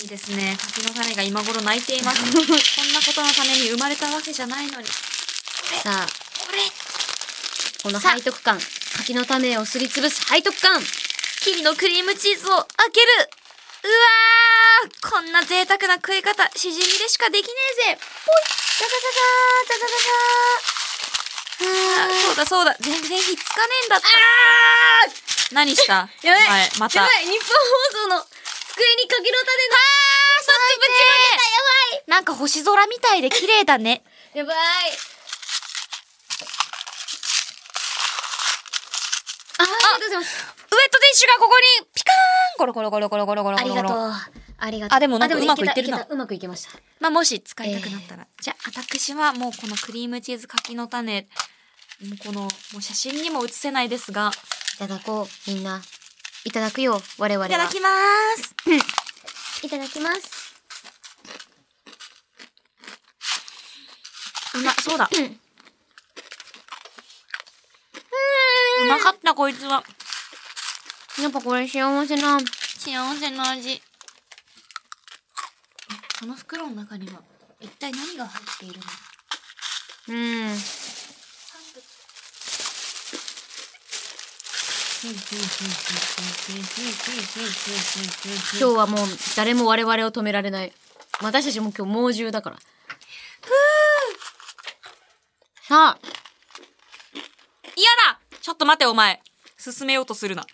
Speaker 2: いいですね。柿の種が今頃泣いてい ます。こんなことのために生まれたわけじゃないのに。
Speaker 3: さあ、
Speaker 2: これ、
Speaker 3: この
Speaker 2: さあ
Speaker 3: 背徳感。柿の種をすりつぶす背徳感。
Speaker 2: キリのクリームチーズを開けるうわーこんな贅沢な食い方、しじみでしかできねえぜぽいザザザザーザザザザーあーそうだそうだ、全然ひっつかねえんだった。何した
Speaker 3: やばい
Speaker 2: お前また。
Speaker 3: やばい日本放送の机に柿の
Speaker 2: なんか星空みたいで綺麗だね。
Speaker 3: 種がやばいあありがとうございます。
Speaker 2: ウエットティッシュがここにピカーンコロコロコロコロコロコロ
Speaker 3: あ
Speaker 2: コロ
Speaker 3: りがとう。ありがとう。
Speaker 2: あでもなんか
Speaker 3: ね
Speaker 2: うまくいってるな
Speaker 3: けたけたうまくいけました。
Speaker 2: まあ、もし使いたくなったら。じゃあ、私はもうこのクリームチーズ柿の種、もうこの、もう写真にも写せないですが、
Speaker 3: いただこう、みんな。いただくよ、我々は。
Speaker 2: いただきまーす。
Speaker 6: いただきます。
Speaker 2: うま、そうだ。うまかった、こいつは。
Speaker 3: やっぱこれ幸せな。
Speaker 2: 幸せの味。この袋の中には、一体何が入っているの
Speaker 3: うん。今日はもう誰も我々を止められない。私たちも今日猛獣だから。さあ、
Speaker 2: 嫌だちょっと待って、お前。進めようとするな。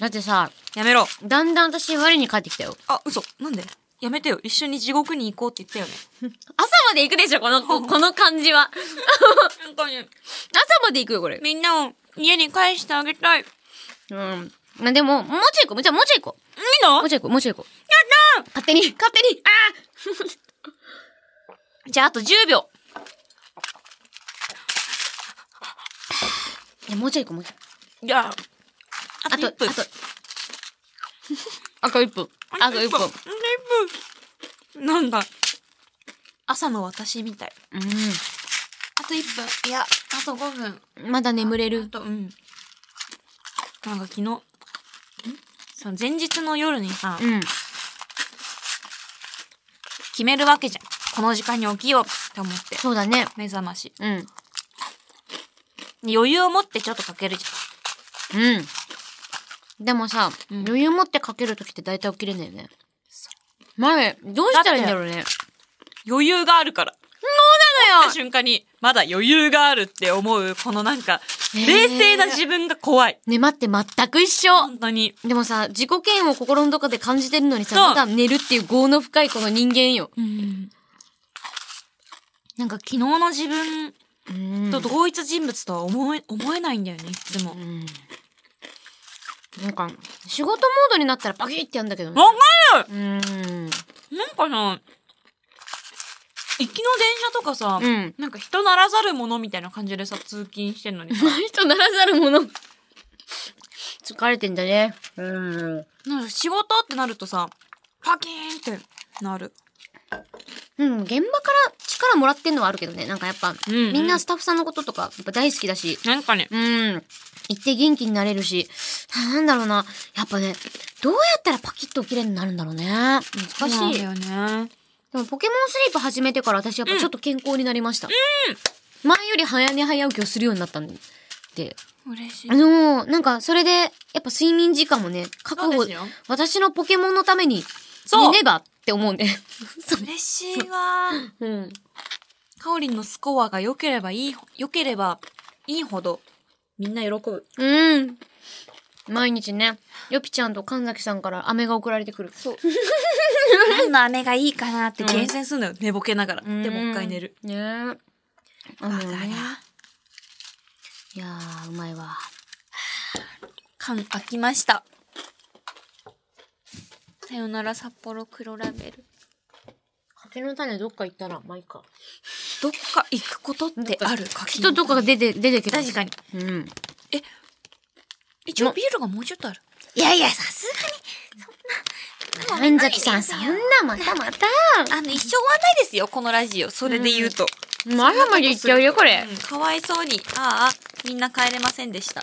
Speaker 3: だってさ、
Speaker 2: やめろ。
Speaker 3: だんだん私我に帰ってきたよ。
Speaker 2: あ、嘘。なんでやめてよ。一緒に地獄に行こうって言ったよね。
Speaker 3: 朝まで行くでしょ、こ の、ここの感じは。
Speaker 2: 本当に。
Speaker 3: 朝まで行くよ、これ。
Speaker 2: みんなを家に返してあげたい。いい
Speaker 3: うん。まあ、でも、もうちょい行こう。じゃあもうちょい行こう。
Speaker 2: の
Speaker 3: もうちょい行こう、もうちょい行こ
Speaker 2: や
Speaker 3: う。
Speaker 2: った間
Speaker 3: 勝手に、勝手に、あ
Speaker 2: じゃあ、あと10秒。
Speaker 3: ーいや、もうちょい行こう、もうちょい。
Speaker 2: いや、あ
Speaker 3: あ
Speaker 2: と
Speaker 3: と、あ
Speaker 2: 1分。
Speaker 3: と、 あと1分。あと1分。
Speaker 2: 1分。なんだ。朝の私みたい。あと1分。いや、あと5分。
Speaker 3: うん。まだ眠れ
Speaker 2: あ
Speaker 3: る。
Speaker 2: と、うん。なんか昨日、んその前日の夜にさ、
Speaker 3: うん。
Speaker 2: 決めるわけじゃん。この時間に起きようって思って。
Speaker 3: そうだね。
Speaker 2: 目覚まし。
Speaker 3: うん。うん。
Speaker 2: 余裕を持ってちょっとかけるじ
Speaker 3: でもさ、
Speaker 2: ん
Speaker 3: 余裕持ってかけるときって大体起きれないよね。前、どうしたらいいんだろうね。
Speaker 2: ゃん。余裕があるから。そうなのよ瞬間に、まだ余裕があるって思う、このなんか、
Speaker 3: ねえ
Speaker 2: 冷静な自分が怖い。
Speaker 3: ね、待って、全く一緒。
Speaker 2: 本当に。
Speaker 3: でもさ、自己嫌悪を心のどこかで感じてるのにさ、
Speaker 2: そう
Speaker 3: まだ寝るっていう業の深いこの人間よ。
Speaker 2: なんか昨日の自分
Speaker 3: うん
Speaker 2: と同一人物とは思え、思えないんだよね、いつも。
Speaker 3: なんか、仕事モードになったらパキってやんだけどね。
Speaker 2: わかる
Speaker 3: うん。
Speaker 2: なんかな、行きの電車とかさ、
Speaker 3: うん
Speaker 2: なんか人ならざるものみたいな感じでさ、通勤してんのにさ、
Speaker 3: 人ならざるもの。疲れてんだね。うん。
Speaker 2: なんか仕事ってなるとさ、パキーンってなる。
Speaker 3: うん、現場から力もらってんのはあるけどね。なんかやっぱ、
Speaker 2: んうん
Speaker 3: みんなスタッフさんのこととか、やっぱ大好きだし。
Speaker 2: なんかね、
Speaker 3: うん。行って元気になれるし。あなんだろうな。やっぱね、どうやったらパキッと起きれるようになるんだろうね。難し
Speaker 2: そう
Speaker 3: い。
Speaker 2: なんだよね。
Speaker 3: でもポケモンスリープ始めてから私やっぱちょっと健康になりました。前より早寝早起きをするようになったんで。
Speaker 2: 嬉しい
Speaker 3: あ。のー、なんかそれで、やっぱ睡眠時間もね、確
Speaker 2: そ
Speaker 3: 保
Speaker 2: うですよ、
Speaker 3: 私のポケモンのために
Speaker 2: そう
Speaker 3: 寝ねばって思うんで。
Speaker 2: 嬉しいわー。
Speaker 3: うん。
Speaker 2: かおりんのスコアが良ければいいほ、良ければいいほど、みんな喜 ぶ。
Speaker 3: うん。毎日ね、よぴちゃんと神崎さんから飴が送られてくる。そう。
Speaker 2: 何の飴がいいかなって厳選するのよ、寝ぼけながら。で、もう一回寝る。。
Speaker 3: ねえ。あの
Speaker 2: だ
Speaker 3: ね、
Speaker 2: な。
Speaker 3: いやー、うまいわ。
Speaker 2: 缶開きました。さよなら札幌黒ラベル。
Speaker 3: 柿の種どっか行ったら、まあいいか。
Speaker 2: どっか行くことってあるか
Speaker 3: きっとどっかが出て、出てきた。
Speaker 2: 確かに。
Speaker 3: うん。
Speaker 2: 一応ビールがもうちょっとある。
Speaker 6: いやいや、さすがに。
Speaker 3: 神崎さん、そんな、またまた。
Speaker 2: あの、一生終わんないですよ、このラジオ。それで言うと。
Speaker 3: まだまで行っちゃうよ、これ。
Speaker 2: うんかわいそうに。ああ、みんな帰れませんでした。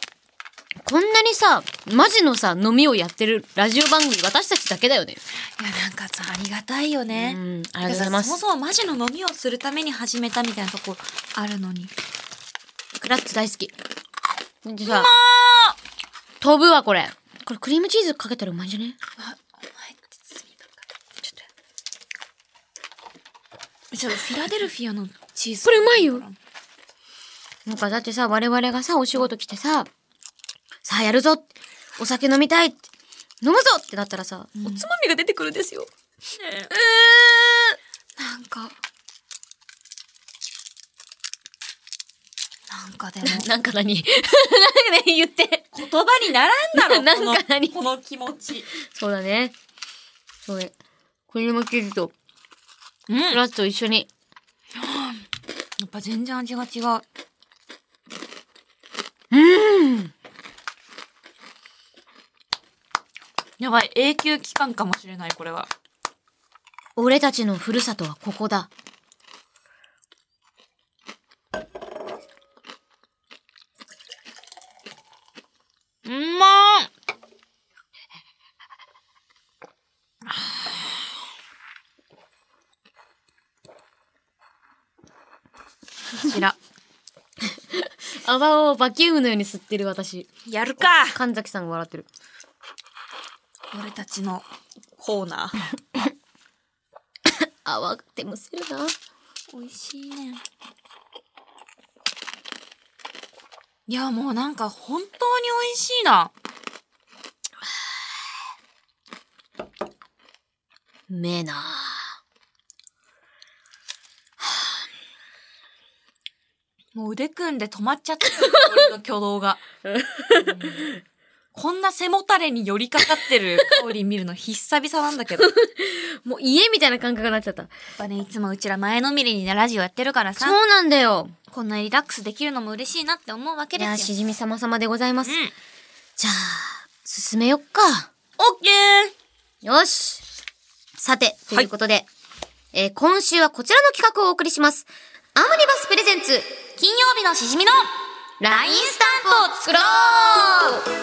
Speaker 3: こんなにさ、マジのさ、飲みをやってるラジオ番組、私たちだけだよね。
Speaker 2: いや、なんかさ、ありがたいよね。
Speaker 3: うんありがとうござい
Speaker 2: な
Speaker 3: ま
Speaker 2: んか
Speaker 3: す
Speaker 2: さそもそもマジの飲みをするために始めたみたいなとこあるのに。
Speaker 3: クラッツ大好き。でさ、飛ぶわ、これ。これクリームチーズかけたらうまいんじゃね
Speaker 2: あ、お前って罪ばっかりちょっと。ちょっとフィラデルフィアのチーズ。
Speaker 3: これうまいよなんかだってさ、我々がさ、お仕事来てさ、さあやるぞお酒飲みたいって飲むぞってなったらさ、
Speaker 2: おつまみが出てくるんですよ。なんか。なんかでも、
Speaker 3: なんか何 なんか何言って。
Speaker 2: 言葉にならんだろ、
Speaker 3: な
Speaker 2: こ
Speaker 3: なんか
Speaker 2: の
Speaker 3: 何
Speaker 2: この気持ち。
Speaker 3: そうだね。それ。クリームチーズと
Speaker 2: うん。
Speaker 3: ク
Speaker 2: や
Speaker 3: ラッツと一緒に。
Speaker 2: っぱ全然味が違う。やばい、永久期間かもしれない、これは。
Speaker 3: 俺たちのふるさとはここだ。
Speaker 2: うまーこちら。
Speaker 3: 泡をバキュームのように吸ってる私。
Speaker 2: やるか
Speaker 3: 神崎さんが笑ってる。
Speaker 2: 俺たちのコーナー。
Speaker 3: 泡ってむせるな。
Speaker 2: 美味しいね。いや、もうなんか本当に美味しいな。
Speaker 3: うめえな。
Speaker 2: もう腕組んで止まっちゃってる、俺の挙動が。こんな背もたれに寄りかかってる香り見るの久々なんだけど。やっ
Speaker 3: もう家みたいな感覚になっちゃった。
Speaker 2: ぱね、いつもうちら前のめりにラジオやってるから
Speaker 3: そ
Speaker 2: さ
Speaker 3: う、なんだよ。
Speaker 2: こんなリラックスできるのも嬉しいなって思うわけ
Speaker 3: い
Speaker 2: で
Speaker 3: や、
Speaker 2: す
Speaker 3: し
Speaker 2: よ。
Speaker 3: じみ様様でございます。
Speaker 2: うん
Speaker 3: じゃあ、進めよっか。
Speaker 2: オッケー
Speaker 3: よしさて、ということで、えー今週はこちらの企画をお送りします。アムニバスプレゼンツ、
Speaker 2: 金曜日のしじみの
Speaker 3: LINE スタンプを作ろう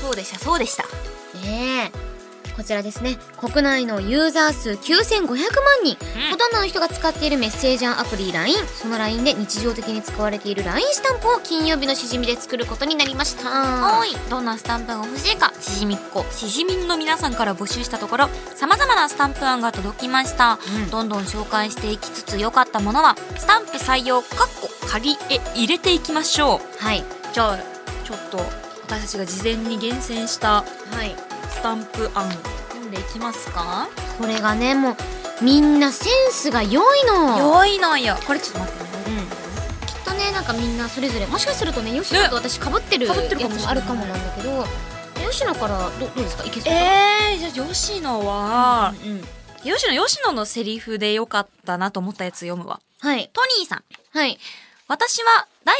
Speaker 2: そうでした、そうでした。
Speaker 3: ねえこちらですね国内のユーザー数9500万人、
Speaker 2: うん
Speaker 3: ほとんどの人が使っているメッセージャーアプリ LINE その LINE で日常的に使われている LINE スタンプを金曜日のしじみで作ることになりました
Speaker 2: はい、どんなスタンプが欲しいかしじみっこしじみんの皆さんから募集したところさまざまなスタンプ案が届きました、
Speaker 3: うん
Speaker 2: どんどん紹介していきつつ良かったものはスタンプ採用かっこ仮へ入れていきましょう
Speaker 3: はい
Speaker 2: じゃあちょっと私たちが事前に厳選した
Speaker 3: はい
Speaker 2: スタンプ案読んでいきますか
Speaker 3: これがねもうみんなセンスが良いの
Speaker 2: 良いのよこれちょっと待ってね
Speaker 3: きっとねなんかみんなそれぞれもしかするとね吉野と私かぶってる
Speaker 2: ね
Speaker 3: や
Speaker 2: 被ってるかもしれ
Speaker 3: つ
Speaker 2: ない
Speaker 3: もあるかもなんだけど吉野からどどうですかいけそう
Speaker 2: えー、じゃあ吉野は、
Speaker 3: うんうん
Speaker 2: 吉野吉野のセリフで良かったなと思ったやつ読むわ
Speaker 3: はい
Speaker 2: トニーさん
Speaker 3: はい
Speaker 2: 私は第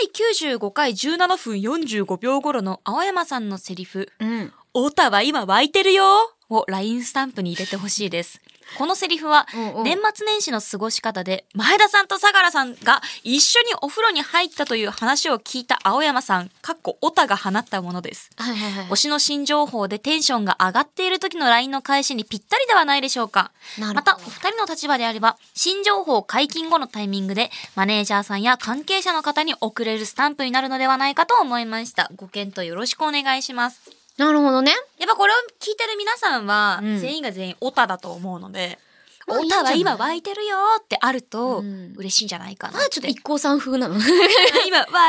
Speaker 2: 95回17分45秒頃の青山さんのセリフ、
Speaker 3: うん
Speaker 2: オタは今湧いてるよを LINE スタンプに入れてほしいです。 このセリフは
Speaker 3: おうおう
Speaker 2: 年末年始の過ごし方で前田さんと相良さんが一緒にお風呂に入ったという話を聞いた青山さん、かっこオタが放ったものです。
Speaker 3: はいはいはい
Speaker 2: 推しの新情報でテンションが上がっている時の LINE の返しにぴったりではないでしょうか。
Speaker 3: なるほど
Speaker 2: また、お二人の立場であれば、新情報解禁後のタイミングで、マネージャーさんや関係者の方に送れるスタンプになるのではないかと思いました。ご検討よろしくお願いします。
Speaker 3: なるほどね
Speaker 2: やっぱこれを聞いてる皆さんは、
Speaker 3: うん
Speaker 2: 全員が全員オタだと思うので、
Speaker 3: まあ
Speaker 2: オタはい
Speaker 3: いんじ
Speaker 2: 今
Speaker 3: ゃない
Speaker 2: 湧いてるよってあると
Speaker 3: うん、
Speaker 2: 嬉しいんじゃないかな
Speaker 3: まあ
Speaker 2: っ。
Speaker 3: ちょってと一光さん風 なの
Speaker 2: 今湧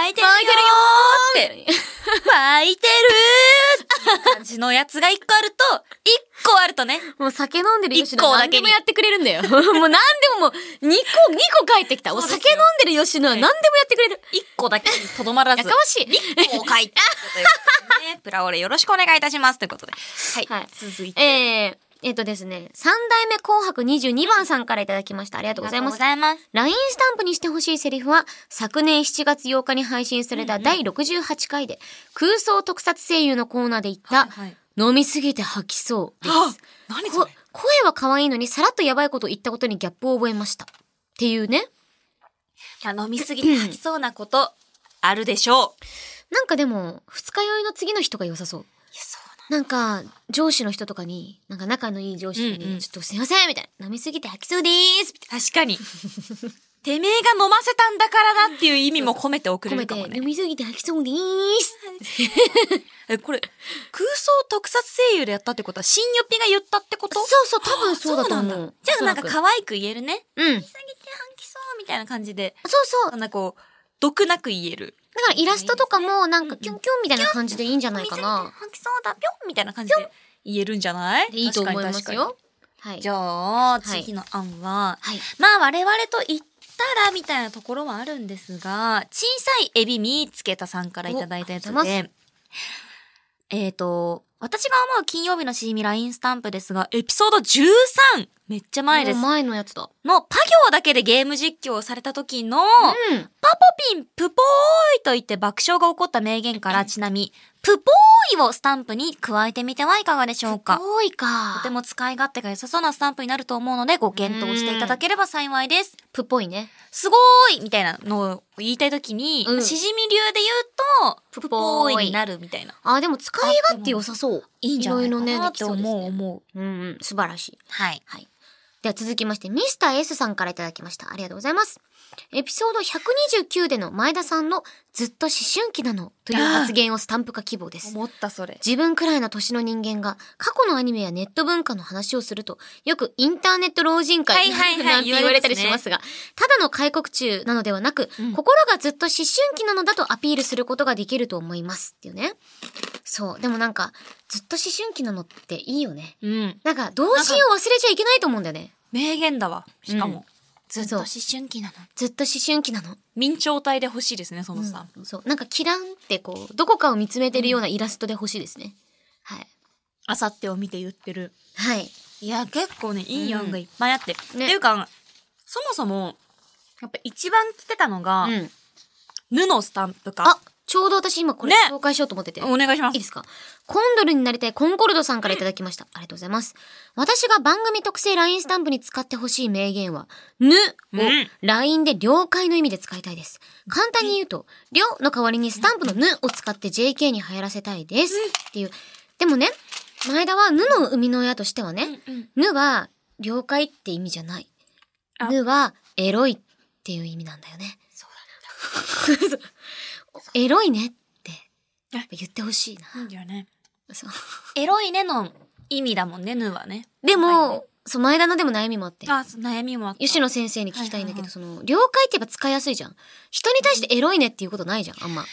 Speaker 2: いてるよーって。湧いてるーって感じのやつが一個あると、一個あるとね、
Speaker 3: もう酒飲んでる吉
Speaker 2: 一
Speaker 3: 野
Speaker 2: 光
Speaker 3: は
Speaker 2: だ
Speaker 3: 何
Speaker 2: け
Speaker 3: で
Speaker 2: に
Speaker 3: もやってくれるん だよもう何でももう2個二個返ってきたお
Speaker 2: そうですよ
Speaker 3: 酒飲んでる吉野は何でもやってくれる
Speaker 2: 一個だけにとどまらず、
Speaker 3: や
Speaker 2: 一
Speaker 3: かましい
Speaker 2: 個を書いてということでね、プラオレよろしくお願いいたしますということで。はい。
Speaker 3: はい
Speaker 2: 続いて。
Speaker 3: えー、えっとですね三代目紅白22番さんからいただきましたありがとうございます
Speaker 2: ありがとうございます。
Speaker 3: LINE スタンプにしてほしいセリフは、昨年7月8日に配信された第68回で、空想特撮声優のコーナーで言った、
Speaker 2: はいはい
Speaker 3: 飲みすぎて吐き そうで
Speaker 2: あ
Speaker 3: す。
Speaker 2: 何そ
Speaker 3: こ
Speaker 2: れ
Speaker 3: 声は可愛いのに、さらっとやばいことを言ったことにギャップを覚えました。っていうね。
Speaker 2: いや飲みすぎて吐きそうなこと、あるでしょう。
Speaker 3: なんかでも、二日酔いの次の人が良さそう。
Speaker 2: いや、そう
Speaker 3: なんか、上司の人とかに、なんか仲のいい上司とか
Speaker 2: うんう
Speaker 3: に、
Speaker 2: ん
Speaker 3: ちょっとすいませんみたいな。飲みすぎて吐きそうでーすみた
Speaker 2: な。
Speaker 3: い
Speaker 2: 確かに。てめえが飲ませたんだからなっていう意味も込めて送れる
Speaker 3: な。
Speaker 2: か
Speaker 3: 込
Speaker 2: も
Speaker 3: めて、
Speaker 2: ね
Speaker 3: 飲。みすぎて吐きそうでーす。
Speaker 2: え、これ、空想特撮声優でやったってことは、新予備が言ったってこと
Speaker 3: そうそう、多分そうだと思
Speaker 2: あなん
Speaker 3: う
Speaker 2: だ。じゃあなんか
Speaker 3: おそらく
Speaker 2: 可愛く言えるね。
Speaker 3: うん。
Speaker 2: 下着て半きそうみたいな感じで、
Speaker 3: そうそう
Speaker 2: そ。んなこう、毒なく言える。
Speaker 3: だからイラストとかもなんかキュンキュンみたいな感じでいいんじゃないかな。
Speaker 2: 半きそうだぴょんみたいな感じで言えるんじゃない
Speaker 3: でいいと思います。
Speaker 2: 確かに確
Speaker 3: よ。は
Speaker 2: かに
Speaker 3: い。
Speaker 2: じ
Speaker 3: ゃ
Speaker 2: ゃあ、
Speaker 3: い
Speaker 2: 次の案は、
Speaker 3: はい。
Speaker 2: まあ我々と言ったらみたいなところはあるんですが、小さいエビ見つけたさんからいただいたやつ
Speaker 3: おありが
Speaker 2: で、えっ、と、私が思う金曜日のしじみ LINE スタンプですが、エピソード 13! めっちゃ前です
Speaker 3: もう。前のやつだ。
Speaker 2: のパ行だけでゲーム実況をされた時の、
Speaker 3: うん。
Speaker 2: パポピンプポーイと言って爆笑が起こった名言からちなみ、プポーイをスタンプに加えてみてはいかがでしょうか
Speaker 3: 多いか。
Speaker 2: とても使い勝手が良さそうなスタンプになると思うのでご検討していただければ幸いです。
Speaker 3: プっぽいね。
Speaker 2: すごーいみたいなのを言いたい時に、
Speaker 3: うん
Speaker 2: しじみ流で言うと、プ
Speaker 3: プ
Speaker 2: ポ
Speaker 3: ポーイ
Speaker 2: ーイになるみたいな。
Speaker 3: あ、でも使い勝手良さそう。
Speaker 2: いいんじゃない
Speaker 3: ろ
Speaker 2: か
Speaker 3: いろね、
Speaker 2: なっ
Speaker 3: でき
Speaker 2: て
Speaker 3: そ
Speaker 2: 思
Speaker 3: う
Speaker 2: う、
Speaker 3: ですね。
Speaker 2: 思う。
Speaker 3: うんうん。素晴らしい。
Speaker 2: はい。
Speaker 3: はい。では続きまして、ミスター S さんからいただきました。ありがとうございます。エピソード129での前田さんのずっと思春期なのという発言をスタンプ化希望です。
Speaker 2: 思ったそれ。
Speaker 3: 自分くらいの年の人間が過去のアニメやネット文化の話をすると、よくインターネット老人会
Speaker 2: はいはいはい
Speaker 3: なんて言われたり
Speaker 2: 言わ
Speaker 3: し
Speaker 2: れま
Speaker 3: ますすが、ただの開国中なのではなく、
Speaker 2: うん
Speaker 3: 心がずっと思春期なのだとアピールすることができると思いますっていうね。そう。でもなんか、ずっと思春期なのっていいよね。
Speaker 2: うん。
Speaker 3: なんか、童心を忘れちゃいけないと思うんだよね。
Speaker 2: 名言だわ。しかも。ずっと思春期なの。
Speaker 3: ずっと思春期なの。
Speaker 2: 明朝体で欲しいですね、そのさ。
Speaker 3: そう。なんかキランってこう、どこかを見つめてるようなイラストで欲しいですね。はい。
Speaker 2: あさってを見て言ってる。
Speaker 3: はい。
Speaker 2: いや、結構ね、いい案がいっぱいあって。
Speaker 3: ね
Speaker 2: っていうか、そもそも、やっぱ一番来てたのが、
Speaker 3: うん。
Speaker 2: 布のスタンプ
Speaker 3: あ
Speaker 2: か。、
Speaker 3: ちょうど私今これ
Speaker 2: ね
Speaker 3: 紹介しようと思ってて。
Speaker 2: お願いします
Speaker 3: いいですかコンドルになりたいコンコルドさんからいただきました。ありがとうございます。私が番組特製 LINE スタンプに使ってほしい名言は、ぬ
Speaker 2: う
Speaker 3: を
Speaker 2: ん
Speaker 3: LINE で了解の意味で使いたいです。簡単に言うと、りょうの代わりにスタンプのぬを使って JK に流行らせたいです。っていう。でもね、前田はぬの生みの親としてはね、ぬは了解って意味じゃない。
Speaker 2: あ
Speaker 3: ぬはエロいっていう意味なんだよね。 エロいねってやっぱ言ってほしいな。
Speaker 2: なんだよね。
Speaker 3: そう
Speaker 2: エロいねの意味だもんね、ぬはね。
Speaker 3: でも、
Speaker 2: はい
Speaker 3: そう前田のでも悩みもあって。
Speaker 2: あ、そう悩みもあった。
Speaker 3: 吉野先生に聞きたいんだけど、
Speaker 2: はい
Speaker 3: その、了解ってやっぱ使いやすいじゃん。人に対してエロいねっていうことないじゃん、あんま。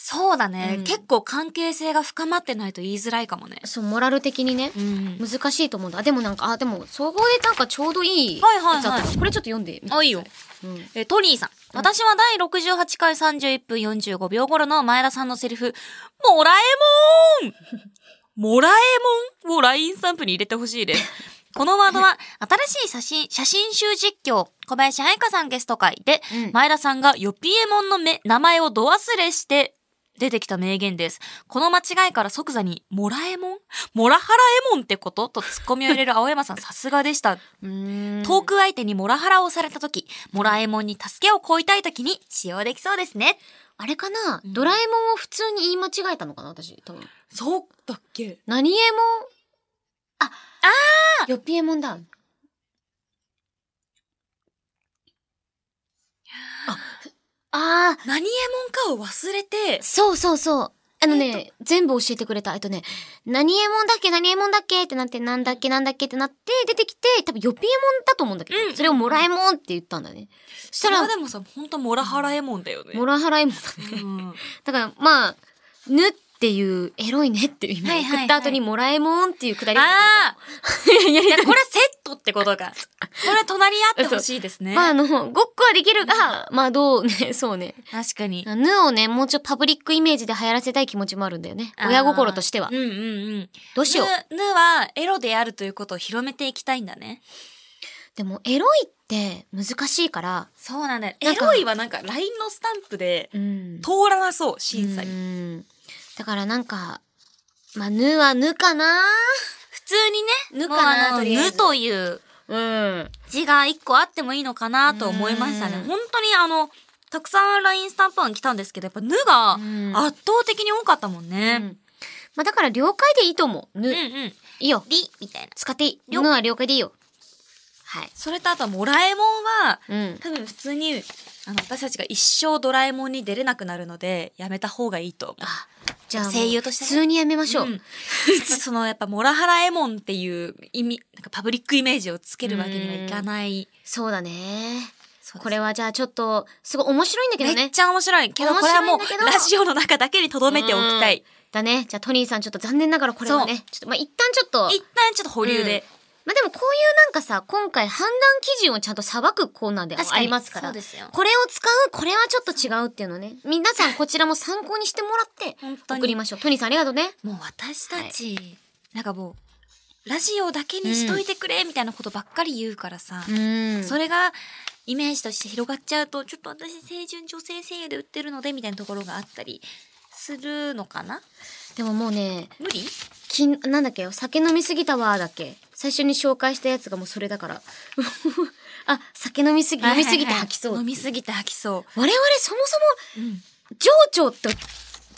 Speaker 2: そうだね、
Speaker 3: うん
Speaker 2: 結構関係性が深まってないと言いづらいかもね。
Speaker 3: そう、モラル的にね、
Speaker 2: うん。
Speaker 3: 難しいと思うんだ。あでもなんか、あ、でも、総合でなんかちょうどいいやつ
Speaker 2: はいはいはい
Speaker 3: あったからこれちょっと読んでみて。
Speaker 2: あ、いいよ。
Speaker 3: うん
Speaker 2: えートニーさん。私は第68回31分45秒頃の前田さんのセリフ、もらえもーんもらえもんを LINE スタンプに入れてほしいです。このワードは、新しい写真、写真集実況、小林愛香さんゲスト会で、
Speaker 3: うん
Speaker 2: 前田さんがよぴえもんのめ名前をど忘れして、出てきた名言です。この間違いから即座に、もらえもんもらはらえもんってこととツッコミを入れる青山さんさすがでした。トーク相手にモラハラをされた時、モラえもんに助けを請いたい時に使用できそうですね。
Speaker 3: あれかな、ドラえもんを普通に言い間違えたのかな、私、多分。
Speaker 2: そうだっけ
Speaker 3: 何えもん。あ、あよぴえもんだ。あ、あー
Speaker 2: 何えもんかを忘れて、
Speaker 3: そうそうそう。あのね、全部教えてくれた。えっとね、何えもんだっけ何えもんだっけってなって、なんだっけなんだっけってなって、出てきて、多分よぴえもんだと思うんだけど、
Speaker 2: うん
Speaker 3: それをもらえもんって言ったんだね。そし
Speaker 2: そ
Speaker 3: た
Speaker 2: れ
Speaker 3: ら
Speaker 2: は、でもさ、ほんとモラハラえもんだよね。
Speaker 3: もらはらえもんだね。
Speaker 2: うん
Speaker 3: だから、まあ、ぬっていう、エロいねっていう意味
Speaker 2: はいは
Speaker 3: を
Speaker 2: いはい
Speaker 3: 送った後にもらえもんっていうくだりが出てきた
Speaker 2: ああいや、これセットってことか。これ隣り合ってほしいですね。
Speaker 3: まあ、あの、ごっこはできるが、まあ、どうね、そうね。
Speaker 2: 確かに。
Speaker 3: ぬをね、もうちょっとパブリックイメージで流行らせたい気持ちもあるんだよね。
Speaker 2: あー
Speaker 3: 親心としては
Speaker 2: うん。うんうん。
Speaker 3: どうしよう。
Speaker 2: ぬ、ぬはエロであるということを広めていきたいんだね。
Speaker 3: でも、エロいって難しいから、
Speaker 2: そうなんだよ。
Speaker 3: な
Speaker 2: エ
Speaker 3: んか
Speaker 2: ロいはなんか LINE のスタンプで
Speaker 3: うん。
Speaker 2: 通らなそう、審査
Speaker 3: う
Speaker 2: に。
Speaker 3: ん。だからなんか、まあ、ぬはぬかな
Speaker 2: 普通にね、
Speaker 3: ぬか
Speaker 2: も
Speaker 3: な
Speaker 2: うあの
Speaker 3: とりあえず
Speaker 2: ぬという
Speaker 3: うん。
Speaker 2: 字が一個あってもいいのかなと思いましたね
Speaker 3: うん。
Speaker 2: 本当にあの、たくさん LINE スタンプ案来たんですけど、やっぱぬが
Speaker 3: ん
Speaker 2: 圧倒的に多かったもんね。
Speaker 3: まあ、だから了解でいいと思う。ぬ。
Speaker 2: うん
Speaker 3: い
Speaker 2: うん。
Speaker 3: いよ。
Speaker 2: り、みたいな。
Speaker 3: 使っていい。
Speaker 2: 了
Speaker 3: ぬは了解でいいよ。はい。
Speaker 2: それとあとはもらえもんは、
Speaker 3: うん。
Speaker 2: 多分普通に、あの、私たちが一生ドラえもんに出れなくなるので、やめた方がいいと思う。
Speaker 3: じゃあ、
Speaker 2: 声優としてね
Speaker 3: 普通にやめましょう。
Speaker 2: うんそのやっぱモラハラエモンっていう意味なんかパブリックイメージをつけるわけにはいかない
Speaker 3: そうだね。
Speaker 2: そうです
Speaker 3: これはじゃあちょっと、すごい面白いんだけどね。
Speaker 2: めっちゃ面白いけど
Speaker 3: 面
Speaker 2: これは
Speaker 3: 白い
Speaker 2: も
Speaker 3: ん
Speaker 2: う
Speaker 3: だけど
Speaker 2: ラジオの中だけに留めておきた
Speaker 3: うん
Speaker 2: い。
Speaker 3: だね。じゃあトニーさんちょっと残念ながらこれはね、ちょっとまあ一旦ちょっと。
Speaker 2: 一旦ちょっと保留で、
Speaker 3: まあでもこういうなんかさ、今回判断基準をちゃんと裁くコーナーでは
Speaker 2: 確
Speaker 3: あ
Speaker 2: かに
Speaker 3: りますから。
Speaker 2: そうですよ
Speaker 3: これを使う、これはちょっと違うっていうのね。皆さんこちらも参考にしてもらって
Speaker 2: 本当に
Speaker 3: 送りましょう。トニーさんありがとうね。
Speaker 2: もう私たち、なんかもうラジオだけにしといてくれみたいなことばっかり言うからさ、
Speaker 3: ん
Speaker 2: それがイメージとして広がっちゃうとちょっと私清純女性声優で売ってるのでみたいなところがあったりするのかな
Speaker 3: でももうね、
Speaker 2: 無理
Speaker 3: きんなんだっけ酒飲みすぎたわーだっけ最初に紹介したやつがもうそれだから。 あ、酒飲みすぎ、飲みすぎて吐きそう。
Speaker 2: 飲みすぎて吐きそう
Speaker 3: 我々そもそも、情緒と、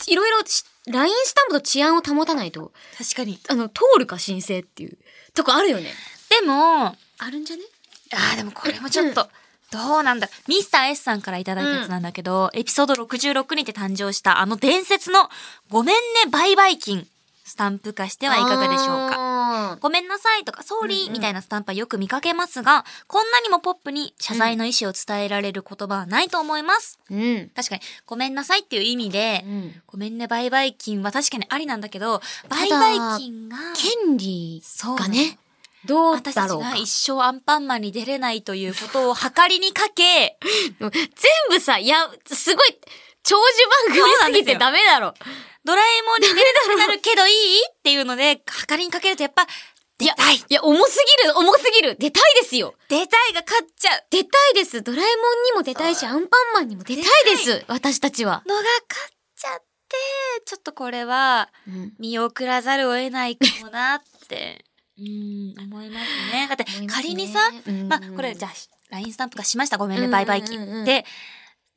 Speaker 3: いろいろし、LINE スタンプと治安を保たないと、
Speaker 2: 確かに
Speaker 3: あの、通るか申請っていう、とこあるよね。
Speaker 2: でも
Speaker 3: あるんじゃね
Speaker 2: あーでもこれもちょっと、どうなんだミスター S さんからいただいたやつなんだけど、エピソード66にて誕生したあの伝説の「ごめんね売買金」スタンプ化してはいかがでしょうか
Speaker 3: か
Speaker 2: ごめんなさいとか、ソーリーみたいなスタンプはよく見かけますが、こんなにもポップに謝罪の意思を伝えられる言葉はないと思います。
Speaker 3: うん。
Speaker 2: 確かに、ごめんなさいっていう意味で、
Speaker 3: うん
Speaker 2: ごめんね売買金は確かにありなんだけど、
Speaker 3: た
Speaker 2: 売
Speaker 3: だ
Speaker 2: 買金が、
Speaker 3: 権利がね、どう
Speaker 2: 私た
Speaker 3: だ
Speaker 2: ち
Speaker 3: ろうか
Speaker 2: が。一生アンパンマンに出れないということを計りにかけ、
Speaker 3: 全部さ、いや、すごい、長寿番組すぎてダメだろ。
Speaker 2: ドラえもんに出れなくなるけどいいっていうので、計りにかけるとやっぱ、
Speaker 3: いや、いや、重すぎる、重すぎる。出たいですよ。
Speaker 2: 出たいが勝っちゃう
Speaker 3: 出たいです。ドラえもんにも出たいし、アンパンマンにも出たいです。私たちは。
Speaker 2: のが勝っちゃって、ちょっとこれは、見送らざるを得ないかもな って、うん、思いますね。だって
Speaker 3: 思い、ますね
Speaker 2: 仮にさ、
Speaker 3: うん
Speaker 2: まあ、これ、じゃあ、LINE スタンプがしました。ごめんね、
Speaker 3: うん
Speaker 2: バイバイキ
Speaker 3: うんうん
Speaker 2: で、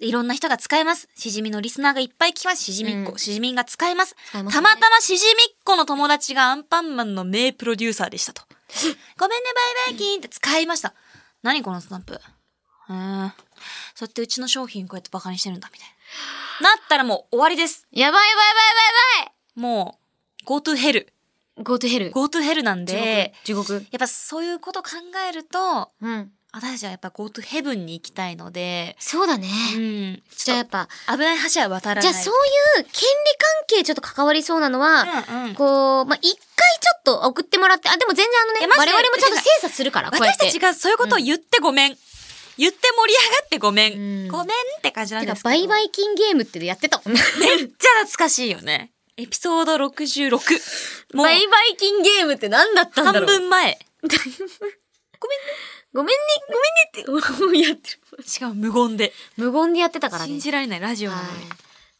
Speaker 2: いろんな人が使えます。しじみのリスナーがいっぱい来ます。しじみっ
Speaker 3: う
Speaker 2: こ、
Speaker 3: ん
Speaker 2: しじみんが使えます。
Speaker 3: 使えます
Speaker 2: た
Speaker 3: ね
Speaker 2: またましじみっこの友達がアンパンマンの名プロデューサーで したと。ごめんね、バイバイキンって使いました。何このスタンプ。うーん。そうやってうちの商品こうやってバカにしてるんだ、みたいな。なったらもう終わりです。
Speaker 3: やばいやばいやばいやば
Speaker 2: もう、GoTo Hell。
Speaker 3: い !Go to hell.
Speaker 2: GoTo Hell なんで、
Speaker 3: 地獄。地獄
Speaker 2: やっぱそういうこと考えると、
Speaker 3: うん。
Speaker 2: 私たちはやっぱ GoTo Heaven に行きたいので、
Speaker 3: そうだね。
Speaker 2: うん。
Speaker 3: じゃあやっぱ、
Speaker 2: 危ない橋は渡らない。
Speaker 3: じゃあそういう権利関係ちょっと関わりそうなのは、
Speaker 2: うんうん
Speaker 3: こう、まあ、一回ちょっと送ってもらって、あ、でも全然あの
Speaker 2: いや
Speaker 3: ね、
Speaker 2: マジ
Speaker 3: 我
Speaker 2: で
Speaker 3: 々もちゃんと精査するから、こうやっ
Speaker 2: 私
Speaker 3: て。
Speaker 2: たちがそういうことを言ってごめん。言って盛り上がってごめん。
Speaker 3: うん
Speaker 2: ごめんって感じなん
Speaker 3: て
Speaker 2: で
Speaker 3: か
Speaker 2: すけど。
Speaker 3: バイバイキンゲームっていうのやってたもんね。
Speaker 2: めっちゃ懐かしいよね。エピソード66。もう
Speaker 3: バイバイキンゲームって何だったんだ
Speaker 2: 半
Speaker 3: ろう
Speaker 2: 分前。
Speaker 3: ごめんね、ごめんねって、やってる。
Speaker 2: しかも無言で。
Speaker 3: 無言でやってたからね。
Speaker 2: 信じられないラジオな
Speaker 3: はい
Speaker 2: のに。。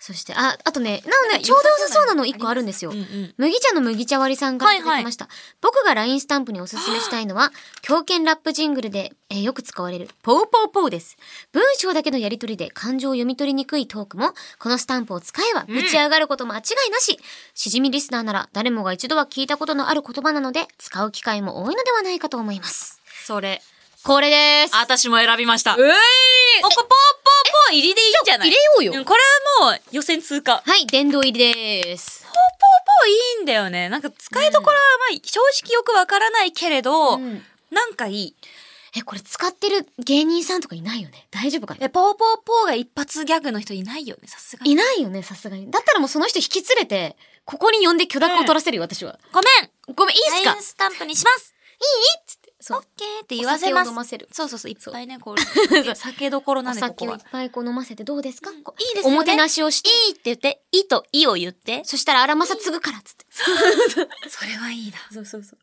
Speaker 3: そして、あ、あとね、なの
Speaker 2: なん
Speaker 3: で、
Speaker 2: か
Speaker 3: ちょうど良さそうなの一個あるんですよ。
Speaker 2: うんうん
Speaker 3: 麦茶の麦茶割りさんから
Speaker 2: はい
Speaker 3: い
Speaker 2: はい
Speaker 3: ただきました。僕が LINE スタンプにおすすめしたい のは、狂犬ラップジングルで、えーよく使われる、ポーポーポーです。文章だけのやりとりで感情を読み取りにくいトークも、このスタンプを使えば、ぶち上がること間違いなし。しじみリスナーなら、誰もが一度は聞いたことのある言葉なので、使う機会も多いのではないかと思います。
Speaker 2: それ。
Speaker 3: これです。
Speaker 2: 私も選びました。お
Speaker 3: え
Speaker 2: こポ
Speaker 3: い
Speaker 2: ーポーポー入りでいいんじゃない
Speaker 3: 入れようよ
Speaker 2: んこれはもう予選通過。ポーポー
Speaker 3: はい、殿堂入りです。
Speaker 2: ポーいいんだよね。なんか使いどころはまあ正直よくわからないけれど、
Speaker 3: ん
Speaker 2: なんかいい。
Speaker 3: え、これ使ってる芸人さんとかいないよね大丈夫かな
Speaker 2: え、ポーポーポーが一発ギャグの人いないよね、さすがに。
Speaker 3: いないよね、さすがに。だったらもうその人引き連れて、ここに呼んで許諾を取らせるよ、私は。
Speaker 2: ごめん
Speaker 3: ごめん、いいっすか
Speaker 2: LINE スタンプにします
Speaker 3: そう
Speaker 2: オッケーって言わせます。
Speaker 3: お酒を飲ませる
Speaker 2: そうそうそう、いっぱいね、こう、酒どころ
Speaker 3: お
Speaker 2: なんで、ここ
Speaker 3: 酒を
Speaker 2: はい
Speaker 3: っ。ぱいこう飲ませてどうですか、こう
Speaker 2: いいですよね
Speaker 3: おもてなしをして。
Speaker 2: いいって言って、いといを言って。
Speaker 3: そしたら、あらまさ継ぐから、つって。
Speaker 2: それはいいな。
Speaker 3: そうそうそ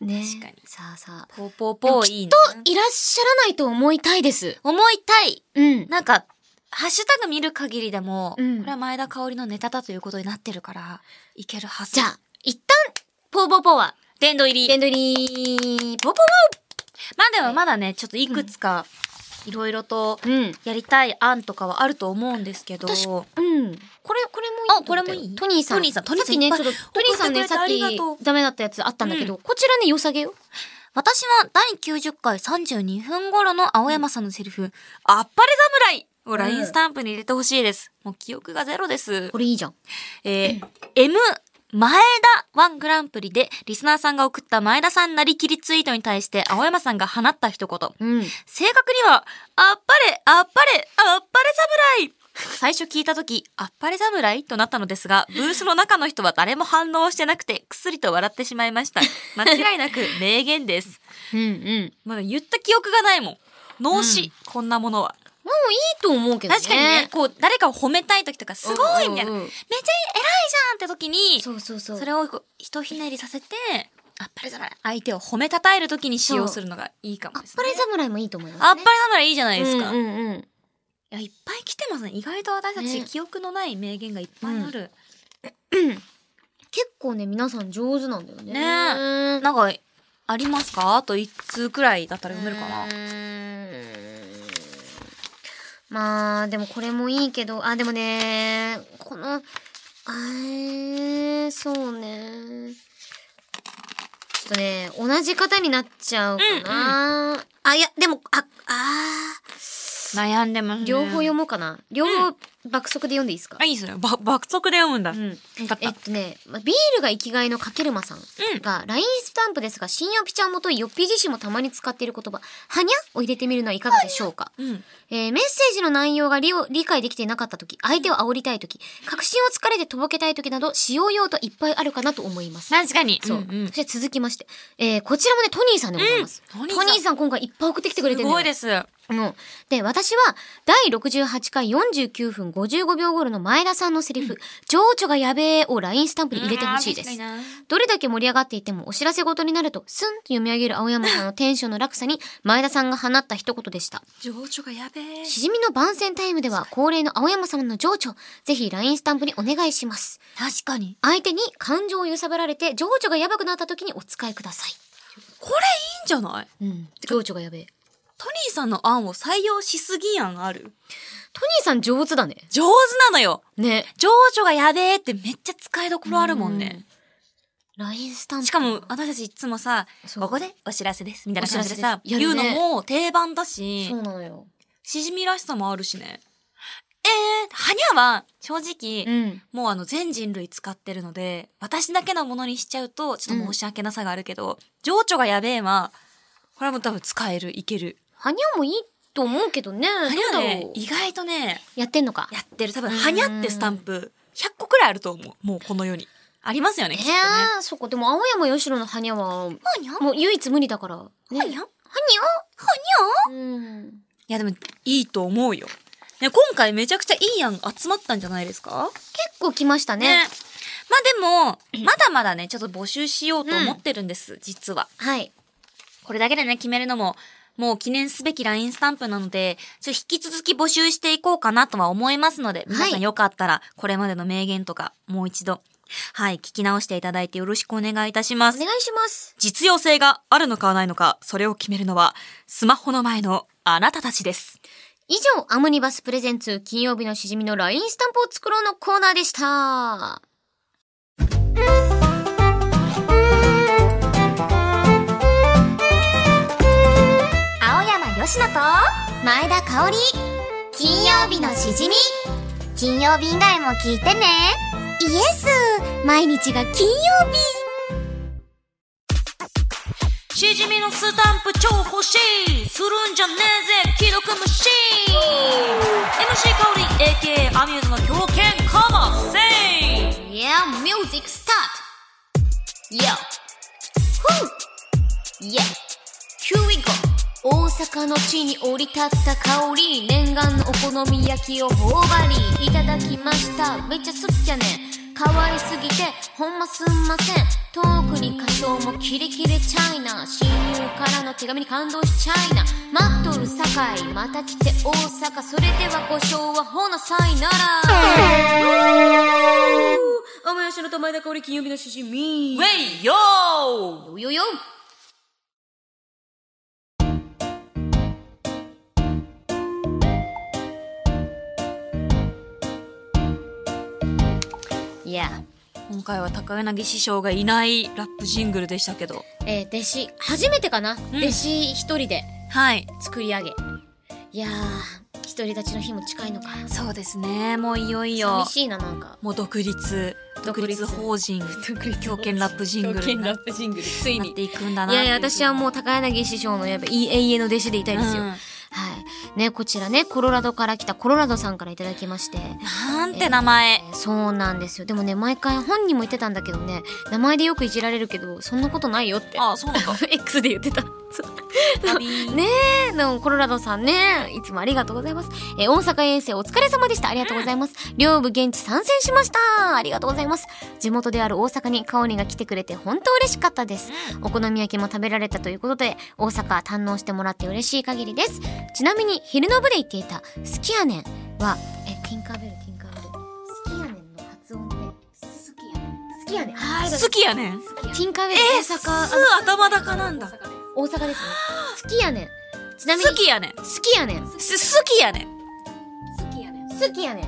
Speaker 3: う。ね
Speaker 2: 確かに
Speaker 3: さあさあ。
Speaker 2: ポーポー
Speaker 3: で
Speaker 2: ポ
Speaker 3: も
Speaker 2: ー
Speaker 3: き
Speaker 2: いい
Speaker 3: っ
Speaker 2: な。
Speaker 3: といらっしゃらないと思いたいです。
Speaker 2: 思いたい。
Speaker 3: うん。
Speaker 2: なんか、ハッシュタグ見る限りでも、
Speaker 3: うん
Speaker 2: これは前田香織のネタだということになってるから、いけるはず。
Speaker 3: じゃあ、一旦、ポーポーポーは、
Speaker 2: 殿堂入り。
Speaker 3: 殿堂入り、ポーポーポ
Speaker 2: まあでもまだね、ちょっといくつか、いろいろと
Speaker 3: ー、うん。
Speaker 2: やりたい案とかはあると思うんですけど、
Speaker 3: 確かうん。これ、これもいい
Speaker 2: あこれもいい
Speaker 3: トニーさん。
Speaker 2: トニーさんトニーさん
Speaker 3: さっきね、
Speaker 2: いっ
Speaker 3: ちょ
Speaker 2: ぱ
Speaker 3: っ
Speaker 2: い
Speaker 3: と、トニーさんね、
Speaker 2: 送
Speaker 3: さ
Speaker 2: っ
Speaker 3: って
Speaker 2: くれてありがとう
Speaker 3: き、ダメだったやつあったんだけど、こちらね、良さげよ。
Speaker 2: 私は第90回32分頃の青山さんのセリフ、あっぱれ侍を LINE スタンプに入れてほしいです。もう記憶がゼロです
Speaker 3: こ。れいいじゃん。
Speaker 2: えー M 前田ワングランプリでリスナーさんが送った前田さんなりきりツイートに対して青山さんが放った一言。
Speaker 3: うん。
Speaker 2: 正確には、あっぱれ、あっぱれ、あっぱれ侍最初聞いたとき、あっぱれ侍となったのですが、ブースの中の人は誰も反応してなくて、くすりと笑ってしまいま した。間違いなく名言です。
Speaker 3: うんうん。
Speaker 2: まだ言った記憶がないもん。脳死、こんなものは。
Speaker 3: もういいと思うけどね。
Speaker 2: 確かにね、こう、誰かを褒めたい時とか、すごいみたいな、
Speaker 3: うんうんうん
Speaker 2: めっちゃ偉いじゃんって時に、
Speaker 3: そうそうそう。
Speaker 2: それをこう、ひとひねりさせて、あっぱれ侍、相手を褒めたたえる時に使用するのがいいか
Speaker 3: あ
Speaker 2: も
Speaker 3: っ
Speaker 2: です
Speaker 3: ぱ
Speaker 2: ね。
Speaker 3: れ侍もいいと思いますね。
Speaker 2: あっぱれ侍いいじゃないですか。
Speaker 3: うんうんうん。
Speaker 2: いや、いっぱい来てますね。意外と私たち
Speaker 3: ね
Speaker 2: 記憶のない名言がいっぱいある。
Speaker 3: 結構ね、皆さん上手なんだよね。
Speaker 2: ねえ
Speaker 3: ん
Speaker 2: なんか、ありますかあと一通くらいだったら読めるかな。
Speaker 3: うーんまあでもこれもいいけどあでもねこのあーそうねちょっとね同じ方になっちゃうかな、あいやでもああ
Speaker 2: 悩んでます、
Speaker 3: ー
Speaker 2: ね。
Speaker 3: 両方読もうかな、両方爆速で読んでいいですか
Speaker 2: あ、いいですね。ば、爆速で読むんだ。うん。かっ。
Speaker 3: えったとね、まあビールが生きがいのかけるまさんが、LINE スタンプですが、新予備ちゃんもといよっぴ自身もたまに使っている言葉、はにゃを入れてみるのはいかがでしょうか、
Speaker 2: ん
Speaker 3: えーメッセージの内容が理を理解できていなかった時、相手を煽りたい時、確信をつかれてとぼけたい時など、使用用途いっぱいあるかなと思います。
Speaker 2: 確かに。
Speaker 3: そう。
Speaker 2: んん
Speaker 3: そして続きまして、えーこちらもね、トニーさんでございます。
Speaker 2: うんトニー
Speaker 3: ト
Speaker 2: さん
Speaker 3: ニーさん今回いっぱい送ってきてくれて
Speaker 2: す
Speaker 3: るんだよ
Speaker 2: ごいです。あ
Speaker 3: もう。で、私は、第68回49分55秒頃の前田さんのセリフ、情緒がやべえを LINE スタンプに入れてほしいです
Speaker 2: うんあー確かにな。
Speaker 3: どれだけ盛り上がっていても、お知らせごとになると、スンと読み上げる青山さんのテンションの落差に、前田さんが放った一言でした。
Speaker 2: 情緒がやべえ。
Speaker 3: しじみの番宣タイムでは、恒例の青山様の情緒、ぜひ LINE スタンプにお願いします。
Speaker 2: 確かに。
Speaker 3: 相手に感情を揺さぶられて、情緒がやばくなった時にお使いください。
Speaker 2: これいいんじゃない
Speaker 3: うん。情緒がやべえ。
Speaker 2: トニーさんの案を採用しすぎ案ある
Speaker 3: トニーさん上手だね。
Speaker 2: 上手なのよ
Speaker 3: ね。
Speaker 2: 情緒がやべえってめっちゃ使いどころあるもんね。
Speaker 3: LINE スタンプ。
Speaker 2: しかも私たちいつもさ、
Speaker 3: そう
Speaker 2: ここでお知らせですみたいな感じで
Speaker 3: お
Speaker 2: さ、
Speaker 3: 知らせです
Speaker 2: 言
Speaker 3: や
Speaker 2: う
Speaker 3: る
Speaker 2: の
Speaker 3: ね
Speaker 2: も定番だし
Speaker 3: そ、うなのよ。
Speaker 2: しじみらしさもあるしね。えー、はにゃは正直、
Speaker 3: うん。
Speaker 2: もうあの全人類使ってるので、私だけのものにしちゃうと、ちょっと申し訳なさがあるけど、情緒がやべえは、これはもう多分使える、いける。
Speaker 3: ハニャもいいと思うけどね。どう
Speaker 2: はにゃ
Speaker 3: だ
Speaker 2: ね
Speaker 3: ろ、う
Speaker 2: 意外とね、
Speaker 3: やってんのか。
Speaker 2: やってる。多分、はにゃってスタンプ、100個くらいあると思う。もうこの世に。ありますよね、
Speaker 3: え
Speaker 2: きっとね。
Speaker 3: ー、そこ。でも、青山吉野のハニャは、
Speaker 2: にゃ
Speaker 3: もう唯一無理だから。ね。
Speaker 2: はにゃはにゃ
Speaker 3: うん。
Speaker 2: いや、でも、いいと思うよ。ね、今回めちゃくちゃいい案が集まったんじゃないですか
Speaker 3: 結構来ました
Speaker 2: ね
Speaker 3: ね。。
Speaker 2: まあでも、まだまだね、ちょっと募集しようと思ってるんです、実は。
Speaker 3: はい。
Speaker 2: これだけでね、決めるのも、もう記念すべき LINE スタンプなので、ちょっと引き続き募集していこうかなとは思いますので、皆さんよかったら、これまでの名言とか、もう一度、はい、聞き直していただいてよろしくお願いいたしま
Speaker 3: お
Speaker 2: す。
Speaker 3: 願いします。
Speaker 2: 実用性があるのかないのか、それを決めるのは、スマホの前のあなたたちです。
Speaker 3: 以上、アムニバスプレゼンツ、金曜日のしじみの LINE スタンプを作ろうのコーナーでした。
Speaker 5: 青山吉野と前田香織金曜日のしじみ金曜日以外も聞いてねイエス毎日が金曜日
Speaker 2: しじみのスタンプ超欲しいするんじゃねえぜ既読無視 MC 香り AKA アミューズの狂犬かませ
Speaker 3: Yeah, music start! Yeah! Woo! Yeah! Here we go! 大阪の地に降り立った香り念願のお好み焼きを頬張りいただきましためっちゃ好きじゃね変わりすぎてほんますんません遠くに歌唱もキレキレチャイナ親友からの手紙に感動しチャイナ待っとる堺また来て大阪それでは故障はほなさいなら天吉のと前田香織金曜日のしじみ
Speaker 2: ウェイヨー
Speaker 3: よよよいや、
Speaker 2: 今回は高柳師匠がいないラップジングルでしたけど
Speaker 3: えー弟子初めてかな、弟子一人で
Speaker 2: はい
Speaker 3: 作り上げいやー独り立ちの日も近いのか
Speaker 2: そうですねもういよいよ
Speaker 3: 寂しいななんか
Speaker 2: もう独立独
Speaker 3: 独立
Speaker 2: 立法人狂犬ラップジングルになって
Speaker 3: つい
Speaker 2: いくんだない
Speaker 3: やいや、私はもう高柳師匠のやっぱいい永遠の弟子でいたいですよ。
Speaker 2: うん
Speaker 3: はい。ね、こちらね、コロラドから来たコロラドさんからいただき まして。
Speaker 2: なんて名前
Speaker 3: そうなんですよ。でもね、毎回本人も言ってたんだけどね、名前でよくいじられるけど、そんなことないよって。
Speaker 2: あそうなんだ
Speaker 3: X で言ってた。そう
Speaker 2: 旅
Speaker 3: ねえ、でもコロラドさんね、いつもありがとうございます。えー大阪遠征お疲れ様でした。ありがとうございます。両部現地参戦しました。ありがとうございます。地元である大阪にカオリが来てくれて本当嬉しかったです。お好み焼きも食べられたということで、大阪堪能してもらって嬉しい限りです。ちなみに、昼の部で言っていた、好きやねんは、え、ティンカーベル、ティンカーベル。好きやねんの発音で、好きやねん。好きやねん。はい、だか
Speaker 2: 好きやねん
Speaker 3: らティンカーベル、
Speaker 2: え
Speaker 3: 大
Speaker 2: ー、す
Speaker 3: 阪、
Speaker 2: 頭高なんだ
Speaker 3: 大阪ですね。好きやねん。ちなみに、
Speaker 2: 好きやねん
Speaker 3: 好きやねん。
Speaker 2: す好きやねん
Speaker 3: 好きやね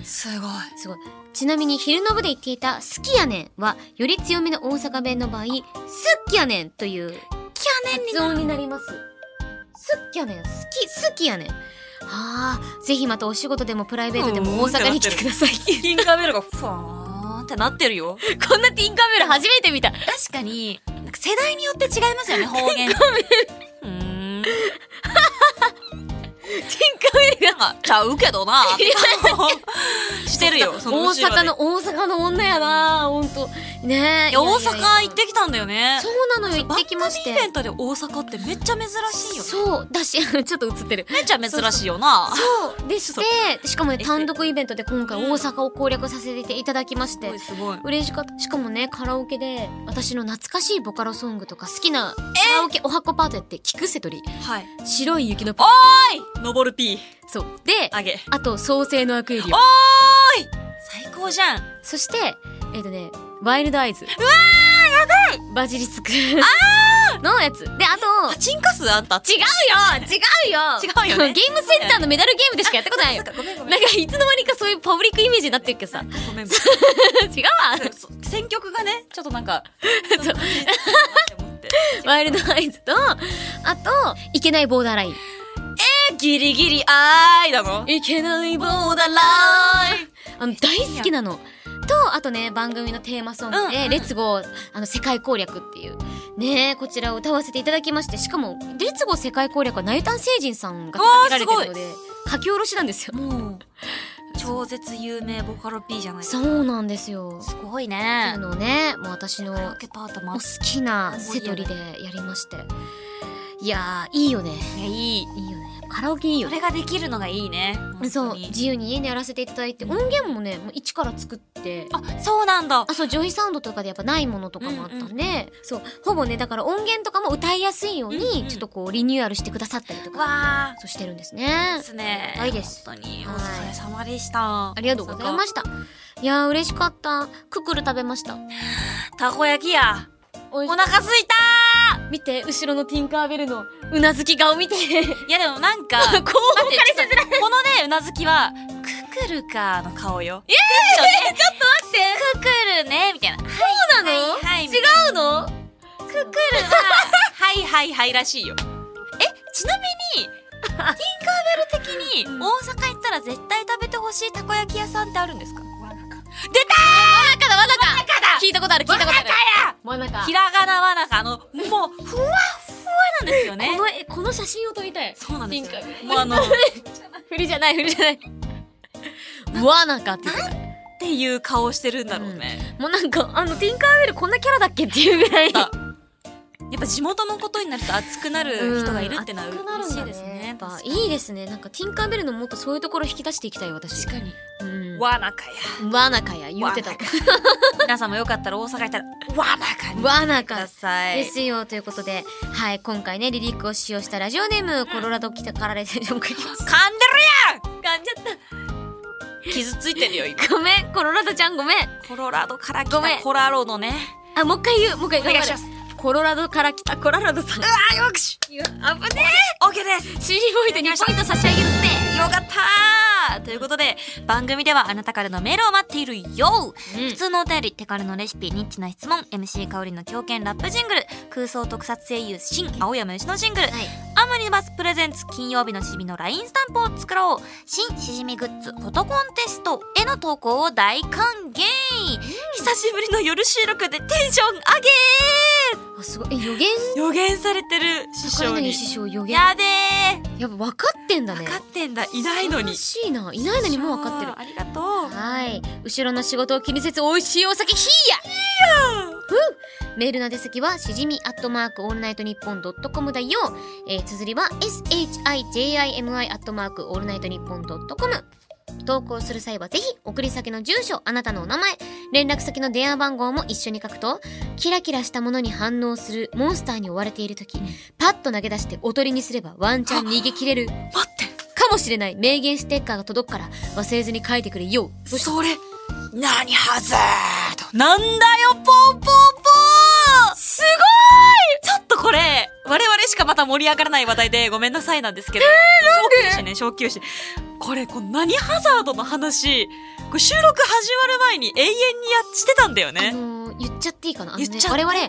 Speaker 3: ん。
Speaker 2: すごい
Speaker 3: すごい。ちなみに昼の部で言っていた好きやねんは、より強めの大阪弁の場合、すっきやねんという
Speaker 2: きやねんに
Speaker 3: 発音になります。すっきやねん、好き、好きやねん。はあ、ぜひまたお仕事でもプライベートで
Speaker 2: うん
Speaker 3: も大阪に来てください。
Speaker 2: ティンカーベルがふわーんってなってるよ。
Speaker 3: こんなティンカーベル初めて見た。
Speaker 2: 確かに、なんか世代によって違います よね、方言。うーん。ティンカーベルがちゃうけどな。してるよ、そ
Speaker 3: 大
Speaker 2: の後ろで
Speaker 3: 阪の、大阪の女やなほんと。ねえ。
Speaker 2: いや大阪行
Speaker 3: っ
Speaker 2: ってきたんだよね。
Speaker 3: そうなのよ、行ってきまし
Speaker 2: 番組イベ
Speaker 3: て
Speaker 2: ン。トで大阪ってめっちゃ珍しいよね。
Speaker 3: そう、だし、 ちょっと映ってる。
Speaker 2: めっちゃ珍しいよな。
Speaker 3: そう、でして、しかもね、
Speaker 2: で
Speaker 3: 単独イベントで今回大阪を攻略させていただきまし
Speaker 2: す
Speaker 3: て
Speaker 2: ごい。すごい。
Speaker 3: 嬉しかった。しかもね、カラオケで、私の懐かしいボカロソングとか好きな、カラオケおはこパートやって、キクセトリ、
Speaker 2: はい。
Speaker 3: 白い雪のパ
Speaker 2: おーい登る P、
Speaker 3: そう。で、
Speaker 2: あげ。
Speaker 3: あと、創生のアクエリ
Speaker 2: お
Speaker 3: オ。
Speaker 2: ーい最高じゃん
Speaker 3: そして、えっ、とね、ワイルドアイズ。うわーやばいバジリスク。 のやつ。で、あと、
Speaker 2: パチンカスあんた。
Speaker 3: 違うよ違うよ
Speaker 2: 違うよね
Speaker 3: ゲームセンターのメダルゲームでしかやったこと ないよ。
Speaker 2: ごめんご
Speaker 3: なんか、いつの間にかそういうパブリックイメージになってるけどさ。
Speaker 2: ご めん。
Speaker 3: 違うわ
Speaker 2: そう選曲がね、ちょっとなんか、
Speaker 3: そ う
Speaker 2: そう
Speaker 3: ワイルドアイズと、あと、いけないボーダーライン。
Speaker 2: ギリギリ愛だの
Speaker 3: いけないボー
Speaker 2: ボーダーライン
Speaker 3: あの大好きなの。と、あとね、番組のテーマソング
Speaker 2: うんう
Speaker 3: で、
Speaker 2: ん
Speaker 3: レッツゴー、あの、世界攻略っていう、ね、こちらを歌わせていただきまして、しかも、レッツゴー世界攻略はナユタン星人さんが手掛けられてるので、書き下ろしなんですよ。
Speaker 2: もう、超絶有名ボカロ P じゃないです
Speaker 3: そ
Speaker 2: か。
Speaker 3: うなんですよ。
Speaker 2: すごい
Speaker 3: あ
Speaker 2: ね。
Speaker 3: のね、もう私の、
Speaker 2: カラオケパート
Speaker 3: お
Speaker 2: もあ
Speaker 3: 好
Speaker 2: って
Speaker 3: きなセトリでやりまして。いやー、いいよね。
Speaker 2: いやいい。
Speaker 3: いいよね。カラオケいいよ
Speaker 2: そ
Speaker 3: ね。
Speaker 2: れができるのがいいね。本当に
Speaker 3: そう、自由に家でやらせていただいて、音源もね、もう一から作って、
Speaker 2: あ、そうなんだ。
Speaker 3: あそうジョイサウンドとかでやっぱないものとかもあったんで、
Speaker 2: うん
Speaker 3: そうほぼねだから音源とかも歌いやすいように、
Speaker 2: うんうん
Speaker 3: ちょっとこうリニューアルしてくださったりとか
Speaker 2: わー。
Speaker 3: そうしてるんですね
Speaker 2: ですね。
Speaker 3: はいです
Speaker 2: 本当にお
Speaker 3: はい
Speaker 2: 疲れ様でした。
Speaker 3: ありがとうございましたいやー嬉しかったクックル食べました
Speaker 2: たこ焼きや。
Speaker 3: お
Speaker 2: お腹すいた
Speaker 3: 見て後ろのティンカーベルのうなずき顔 見て
Speaker 2: いやでもなん か、
Speaker 3: こう
Speaker 2: 待ってちょっとこのねうなずきはククルかの顔よええちょっと待ってククルねみたいなそう
Speaker 3: なの
Speaker 2: はいはい、違
Speaker 3: 違うの
Speaker 2: ククルははいはいはいらしいよえちなみにティンカーベル的に大阪行ったら絶対食べてほしいたこ焼き屋さんってあるんですか出たーわなかだわなかだ
Speaker 3: 聞いたことある聞いたことある
Speaker 2: や
Speaker 3: 真ん中
Speaker 2: ひらがなわなかのもうふわっふわなんですよね
Speaker 3: この絵この写真を撮りたい
Speaker 2: そうなんですよ
Speaker 3: ティンカーベル
Speaker 2: もうあの
Speaker 3: 振りじゃない振りじゃないわなかって言ってた
Speaker 2: っていう顔してるんだろうね、
Speaker 3: もうなんかあのティンカーベルこんなキャラだっけっていうぐらい
Speaker 2: あやっぱ地元のことになると熱くなる人がいるってのは
Speaker 3: うん
Speaker 2: 嬉しいです
Speaker 3: や
Speaker 2: ね
Speaker 3: っ。ぱいいですね。なんかティンカーベルのもっとそういうところ引き出していきたい私。
Speaker 2: 確かに。
Speaker 3: うん。わ
Speaker 2: わなかや。
Speaker 3: なかや言ってた
Speaker 2: わ。皆さんもよかったら大阪行ったら、わなかに。く
Speaker 3: わな
Speaker 2: だ
Speaker 3: か。
Speaker 2: さ
Speaker 3: で
Speaker 2: い。
Speaker 3: すよということで、はい今回ねリリックを使用したラジオネームコロラド来たからでもう一回言いま
Speaker 2: 噛ん
Speaker 3: す
Speaker 2: でるやん噛んじゃった。傷ついてるよ、今。
Speaker 3: ごめんコロラドちゃんごめん。
Speaker 2: コロラドから来
Speaker 3: ごめ
Speaker 2: た
Speaker 3: ん
Speaker 2: コラロのね。
Speaker 3: あもう一回言うもう一回
Speaker 2: お願いしま
Speaker 3: 頑
Speaker 2: す
Speaker 3: 張るコロラドから来たコロラドさん。
Speaker 2: あ、よくし
Speaker 3: いや危ね
Speaker 2: オッケーです
Speaker 3: え。CD ポイント2ポイント差し上げるぜ。
Speaker 2: よかったということで、番組ではあなたからのメールを待っているよ、
Speaker 3: うん
Speaker 2: 普通のお便り、手軽のレシピ、ニッチな質問、MC 香りの狂犬ラップジングル、空想特撮声優、新青山吉野ジングル、
Speaker 3: はい
Speaker 2: アムニバスプレゼンツ金曜日のしみの LINE スタンプを作ろう、新しじみグッズ、フォトコンテストへの投稿を大歓迎、久しぶりの夜収録でテンション上げ
Speaker 3: あすごいえ予言
Speaker 2: ー予言されてる師
Speaker 3: 高
Speaker 2: 匠に
Speaker 3: 柳。師匠予言。
Speaker 2: やべー
Speaker 3: やっぱ分かってんだ
Speaker 2: 分
Speaker 3: ね。
Speaker 2: かってんだ、いないのに
Speaker 3: 恐ろ。しいな。いないのにもう分かってる。
Speaker 2: ありがとう。
Speaker 3: はい。後ろの仕事を気にせず美味しいお酒、ひーやふうメールの出先は、しじみアットマークオールナイトニッポンドットコムだよ。えー、綴りは、shijimi アットマークオールナイトニッポンドットコム。投稿する際はぜひ、送り先の住所、あなたのお名前、連絡先の電話番号も一緒に書くと、キラキラしたものに反応するモンスターに追われているとき、パッと投げ出しておとりにすればワンチャン逃げ切れる
Speaker 2: 待って
Speaker 3: かもしれない名言ステッカーが届くから忘れずに書いてくれよ。どうした
Speaker 2: それ、何はずーと。なんだよ、ポンポンポンすごいちょっとこれ、我々しかまた盛り上がらない話題でごめんなさいなんですけど。えー、なんで小休止ね、小休止。これ、この何ハザードの話、これ収録始まる前に永遠にやってたんだよ
Speaker 3: あ
Speaker 2: ね。
Speaker 3: のー言っちゃっていいかなあのね
Speaker 2: 言っちゃっ
Speaker 3: 我
Speaker 2: て
Speaker 3: 々、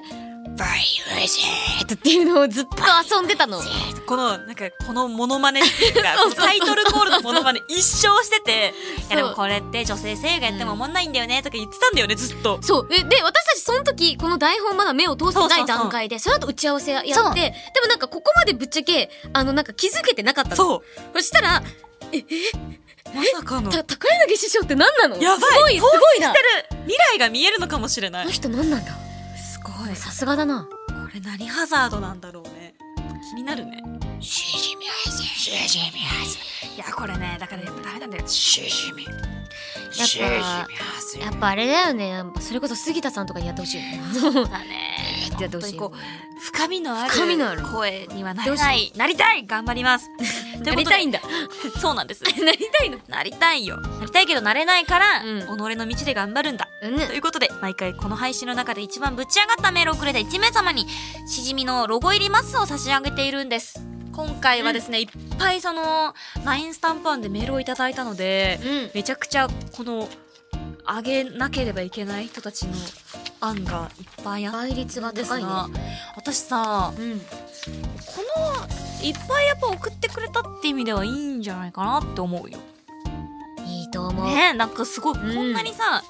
Speaker 3: っていうのをずっと遊んでたの。
Speaker 2: このなんかこのモノマネっていう かこのタイトルコールのモノマネ一生してていやでもこれって女性声優がやってもおもんないんだよねとか言ってたんだよねずっと
Speaker 3: そう。え、で、私たちその時、この台本まだ目を通してない段階で、その後打ち合わせやって、で
Speaker 6: そ
Speaker 3: も
Speaker 6: う
Speaker 3: なんかここまでぶっちゃけ、あの、なんか気づけてなかったの。
Speaker 2: そう
Speaker 3: そしたら、
Speaker 2: まさかの
Speaker 3: た、高柳師匠って何なの
Speaker 2: やばい
Speaker 3: すごい、すごいな。
Speaker 2: 未来が見えるのかもしれな
Speaker 3: あ
Speaker 2: い
Speaker 3: の人何なんだ
Speaker 2: すごい
Speaker 3: さすがだな。
Speaker 2: これ何ハザードなんだろうね気になるねいやこれねだからやっぱダメなんだよ
Speaker 3: やっぱ、やっぱあれだよね。それこそ杉田さんとかにやってほしい。そう
Speaker 2: だね
Speaker 3: やってほし
Speaker 2: 本当に
Speaker 3: い。
Speaker 2: こう深みのある
Speaker 3: 深みのある
Speaker 2: 声にはなれないなりたい頑張りますとうことで
Speaker 3: なりたいんだ
Speaker 2: そうなんです
Speaker 3: なりたいの
Speaker 2: なりたいよなりたいけどなれないから、
Speaker 3: うん
Speaker 2: 己の道で頑張るんだ
Speaker 3: うん
Speaker 2: ということで毎回この配信の中で一番ぶち上がったメールをくれた1名様にしじみのロゴ入りマスを差し上げているんです今回はですね、いっぱいその LINE スタンプ案でメールをいただいたので、
Speaker 3: うん
Speaker 2: めちゃくちゃこのあげなければいけない人たちの案がいっぱいあって
Speaker 3: 倍率が
Speaker 2: です
Speaker 3: 高いね。
Speaker 2: が、私さ
Speaker 3: うん。
Speaker 2: このいっぱいやっぱ送ってくれたって意味ではいいんじゃないかなって思うよ。
Speaker 3: いいと思う。
Speaker 2: ねえなんかすごいこ
Speaker 3: うん
Speaker 2: んなにさ、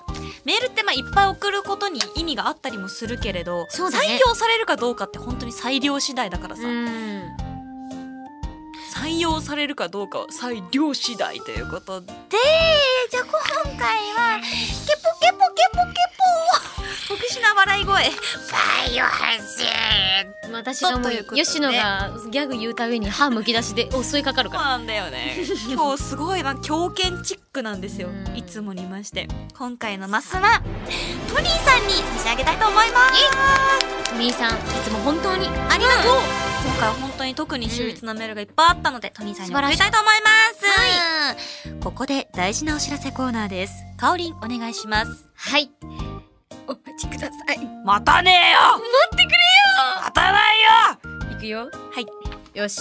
Speaker 2: メールってまあいっぱい送ることに意味があったりもするけれど、
Speaker 3: そうだ
Speaker 2: 採
Speaker 3: ね
Speaker 2: 用されるかどうかって本当に裁量次第だからさ、
Speaker 3: うん。
Speaker 2: 採用されるかどうかは裁量次第ということでじゃあ今回はケポケポケポケポ特殊な笑い声
Speaker 3: 私がも
Speaker 2: と
Speaker 3: う
Speaker 2: いうことで
Speaker 3: 吉野がギャグ言うたびに歯むき出しで襲いかかる
Speaker 2: そう
Speaker 3: か
Speaker 2: なんだよ ね今日すごいな狂犬チックなんですよ
Speaker 3: うん
Speaker 2: いつもにまして今回のマスはトニーさんに差し上げたいと思います
Speaker 3: らみーさんいつも本当にありがとう、
Speaker 2: 今回は本当に特に秀逸なメールがいっぱいあったので、トニーさんに
Speaker 3: 素
Speaker 2: 送
Speaker 3: 晴らしい
Speaker 2: りたいと思います、ここで大事なお知らせコーナーですかおりんお願いします
Speaker 3: はいお待ちください
Speaker 2: 待たねえよ待ってくれよ待たないよ
Speaker 3: いくよ
Speaker 2: はい
Speaker 3: よし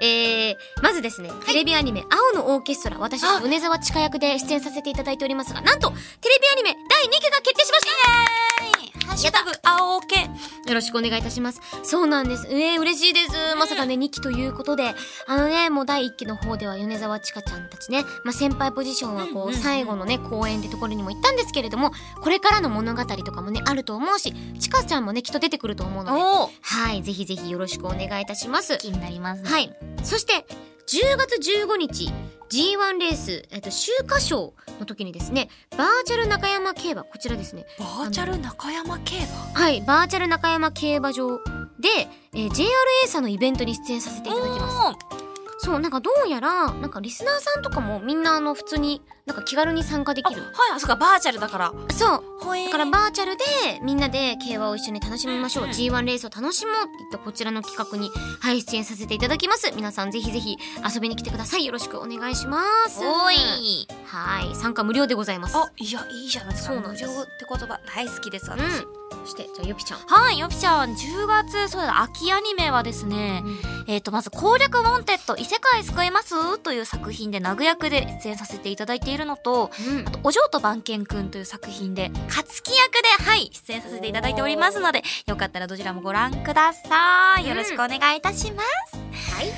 Speaker 3: えー、まずですね、テレビアニメ「青のオーケストラ」私
Speaker 2: あ
Speaker 3: 米沢千佳役で出演させていただいておりますがなんとテレビアニメ第2期が決定しました
Speaker 2: ハッシュタグ青け
Speaker 3: よろしくお願いいたします。そうなんです。えー、嬉しいです。まさかね、2期ということで、あのね、もう第1期の方では米沢千佳ちゃんたちね、まあ、先輩ポジションは
Speaker 2: うん
Speaker 3: こ
Speaker 2: うんう
Speaker 3: う、
Speaker 2: ん
Speaker 3: 最後のね、公演ってところにも行ったんですけれども、これからの物語とかもね、あると思うし、千佳ちゃんもね、きっと出てくると思うので、
Speaker 2: お
Speaker 3: はい、ぜひぜひよろしくお願いいたします。
Speaker 2: になります
Speaker 3: はい。そして、10月15日、G1 レース、えっと、秋華賞の時にですね、バーチャル中山競馬、こちらですね、
Speaker 2: バーチャル中山競馬
Speaker 3: はい、バーチャル中山競馬場で、えー JRA さんのイベントに出演させていただきます。
Speaker 2: おー
Speaker 3: そう、なんかどうやら、なんかリスナーさんとかもみんなあの普通に、なんか気軽に参加で
Speaker 2: あ
Speaker 3: きる。
Speaker 2: はいあそっかバーチャルだから
Speaker 3: そう。
Speaker 2: ほえ
Speaker 3: だからバーチャルでみんなで競馬を一緒に楽しみましょう、
Speaker 2: うんうん
Speaker 3: G1 レースを楽しもうっていったこちらの企画に、はい、出演させていただきます皆さんぜひぜひ遊びに来てくださいよろしくお願いします
Speaker 2: おい
Speaker 3: はい参加無料でございます
Speaker 2: あいやいいじゃないですか
Speaker 3: そうなんです
Speaker 2: 無料って言葉大好きです
Speaker 3: うん
Speaker 2: 私、
Speaker 3: そしてじゃあゆぴちゃん
Speaker 2: はい、よぴちゃん、10月、そうだ、秋アニメはですね、えっ、と、まず、攻略ウォンテッド、異世界救えますという作品で、ナグ役で出演させていただいているのと、
Speaker 3: うん
Speaker 2: あと、お嬢と番犬くんという作品で、勝木役で、はい、出演させていただいておりますので、よかったらどちらもご覧ください。よろしくお願いいたします。
Speaker 3: はい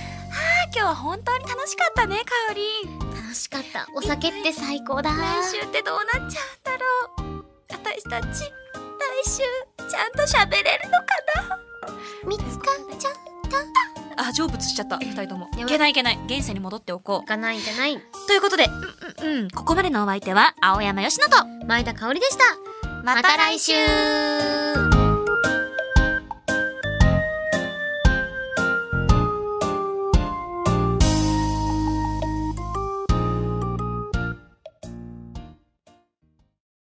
Speaker 2: あ今日は本当に楽しかったね、かおりん。
Speaker 3: 楽しかったお酒って最高だ
Speaker 2: 来週ってどうなっちゃうんだろう。私たち、来週、ちゃんと喋れるのかな
Speaker 3: 見つかっちゃっ
Speaker 2: あ成仏しちゃった二人とも
Speaker 3: やばい
Speaker 2: いけないいけない現世に戻っておこ
Speaker 3: いかないんじゃないう
Speaker 2: ということでうんうんうんここまでのお相手は青山佳乃と
Speaker 3: 前田香織でしたまた来週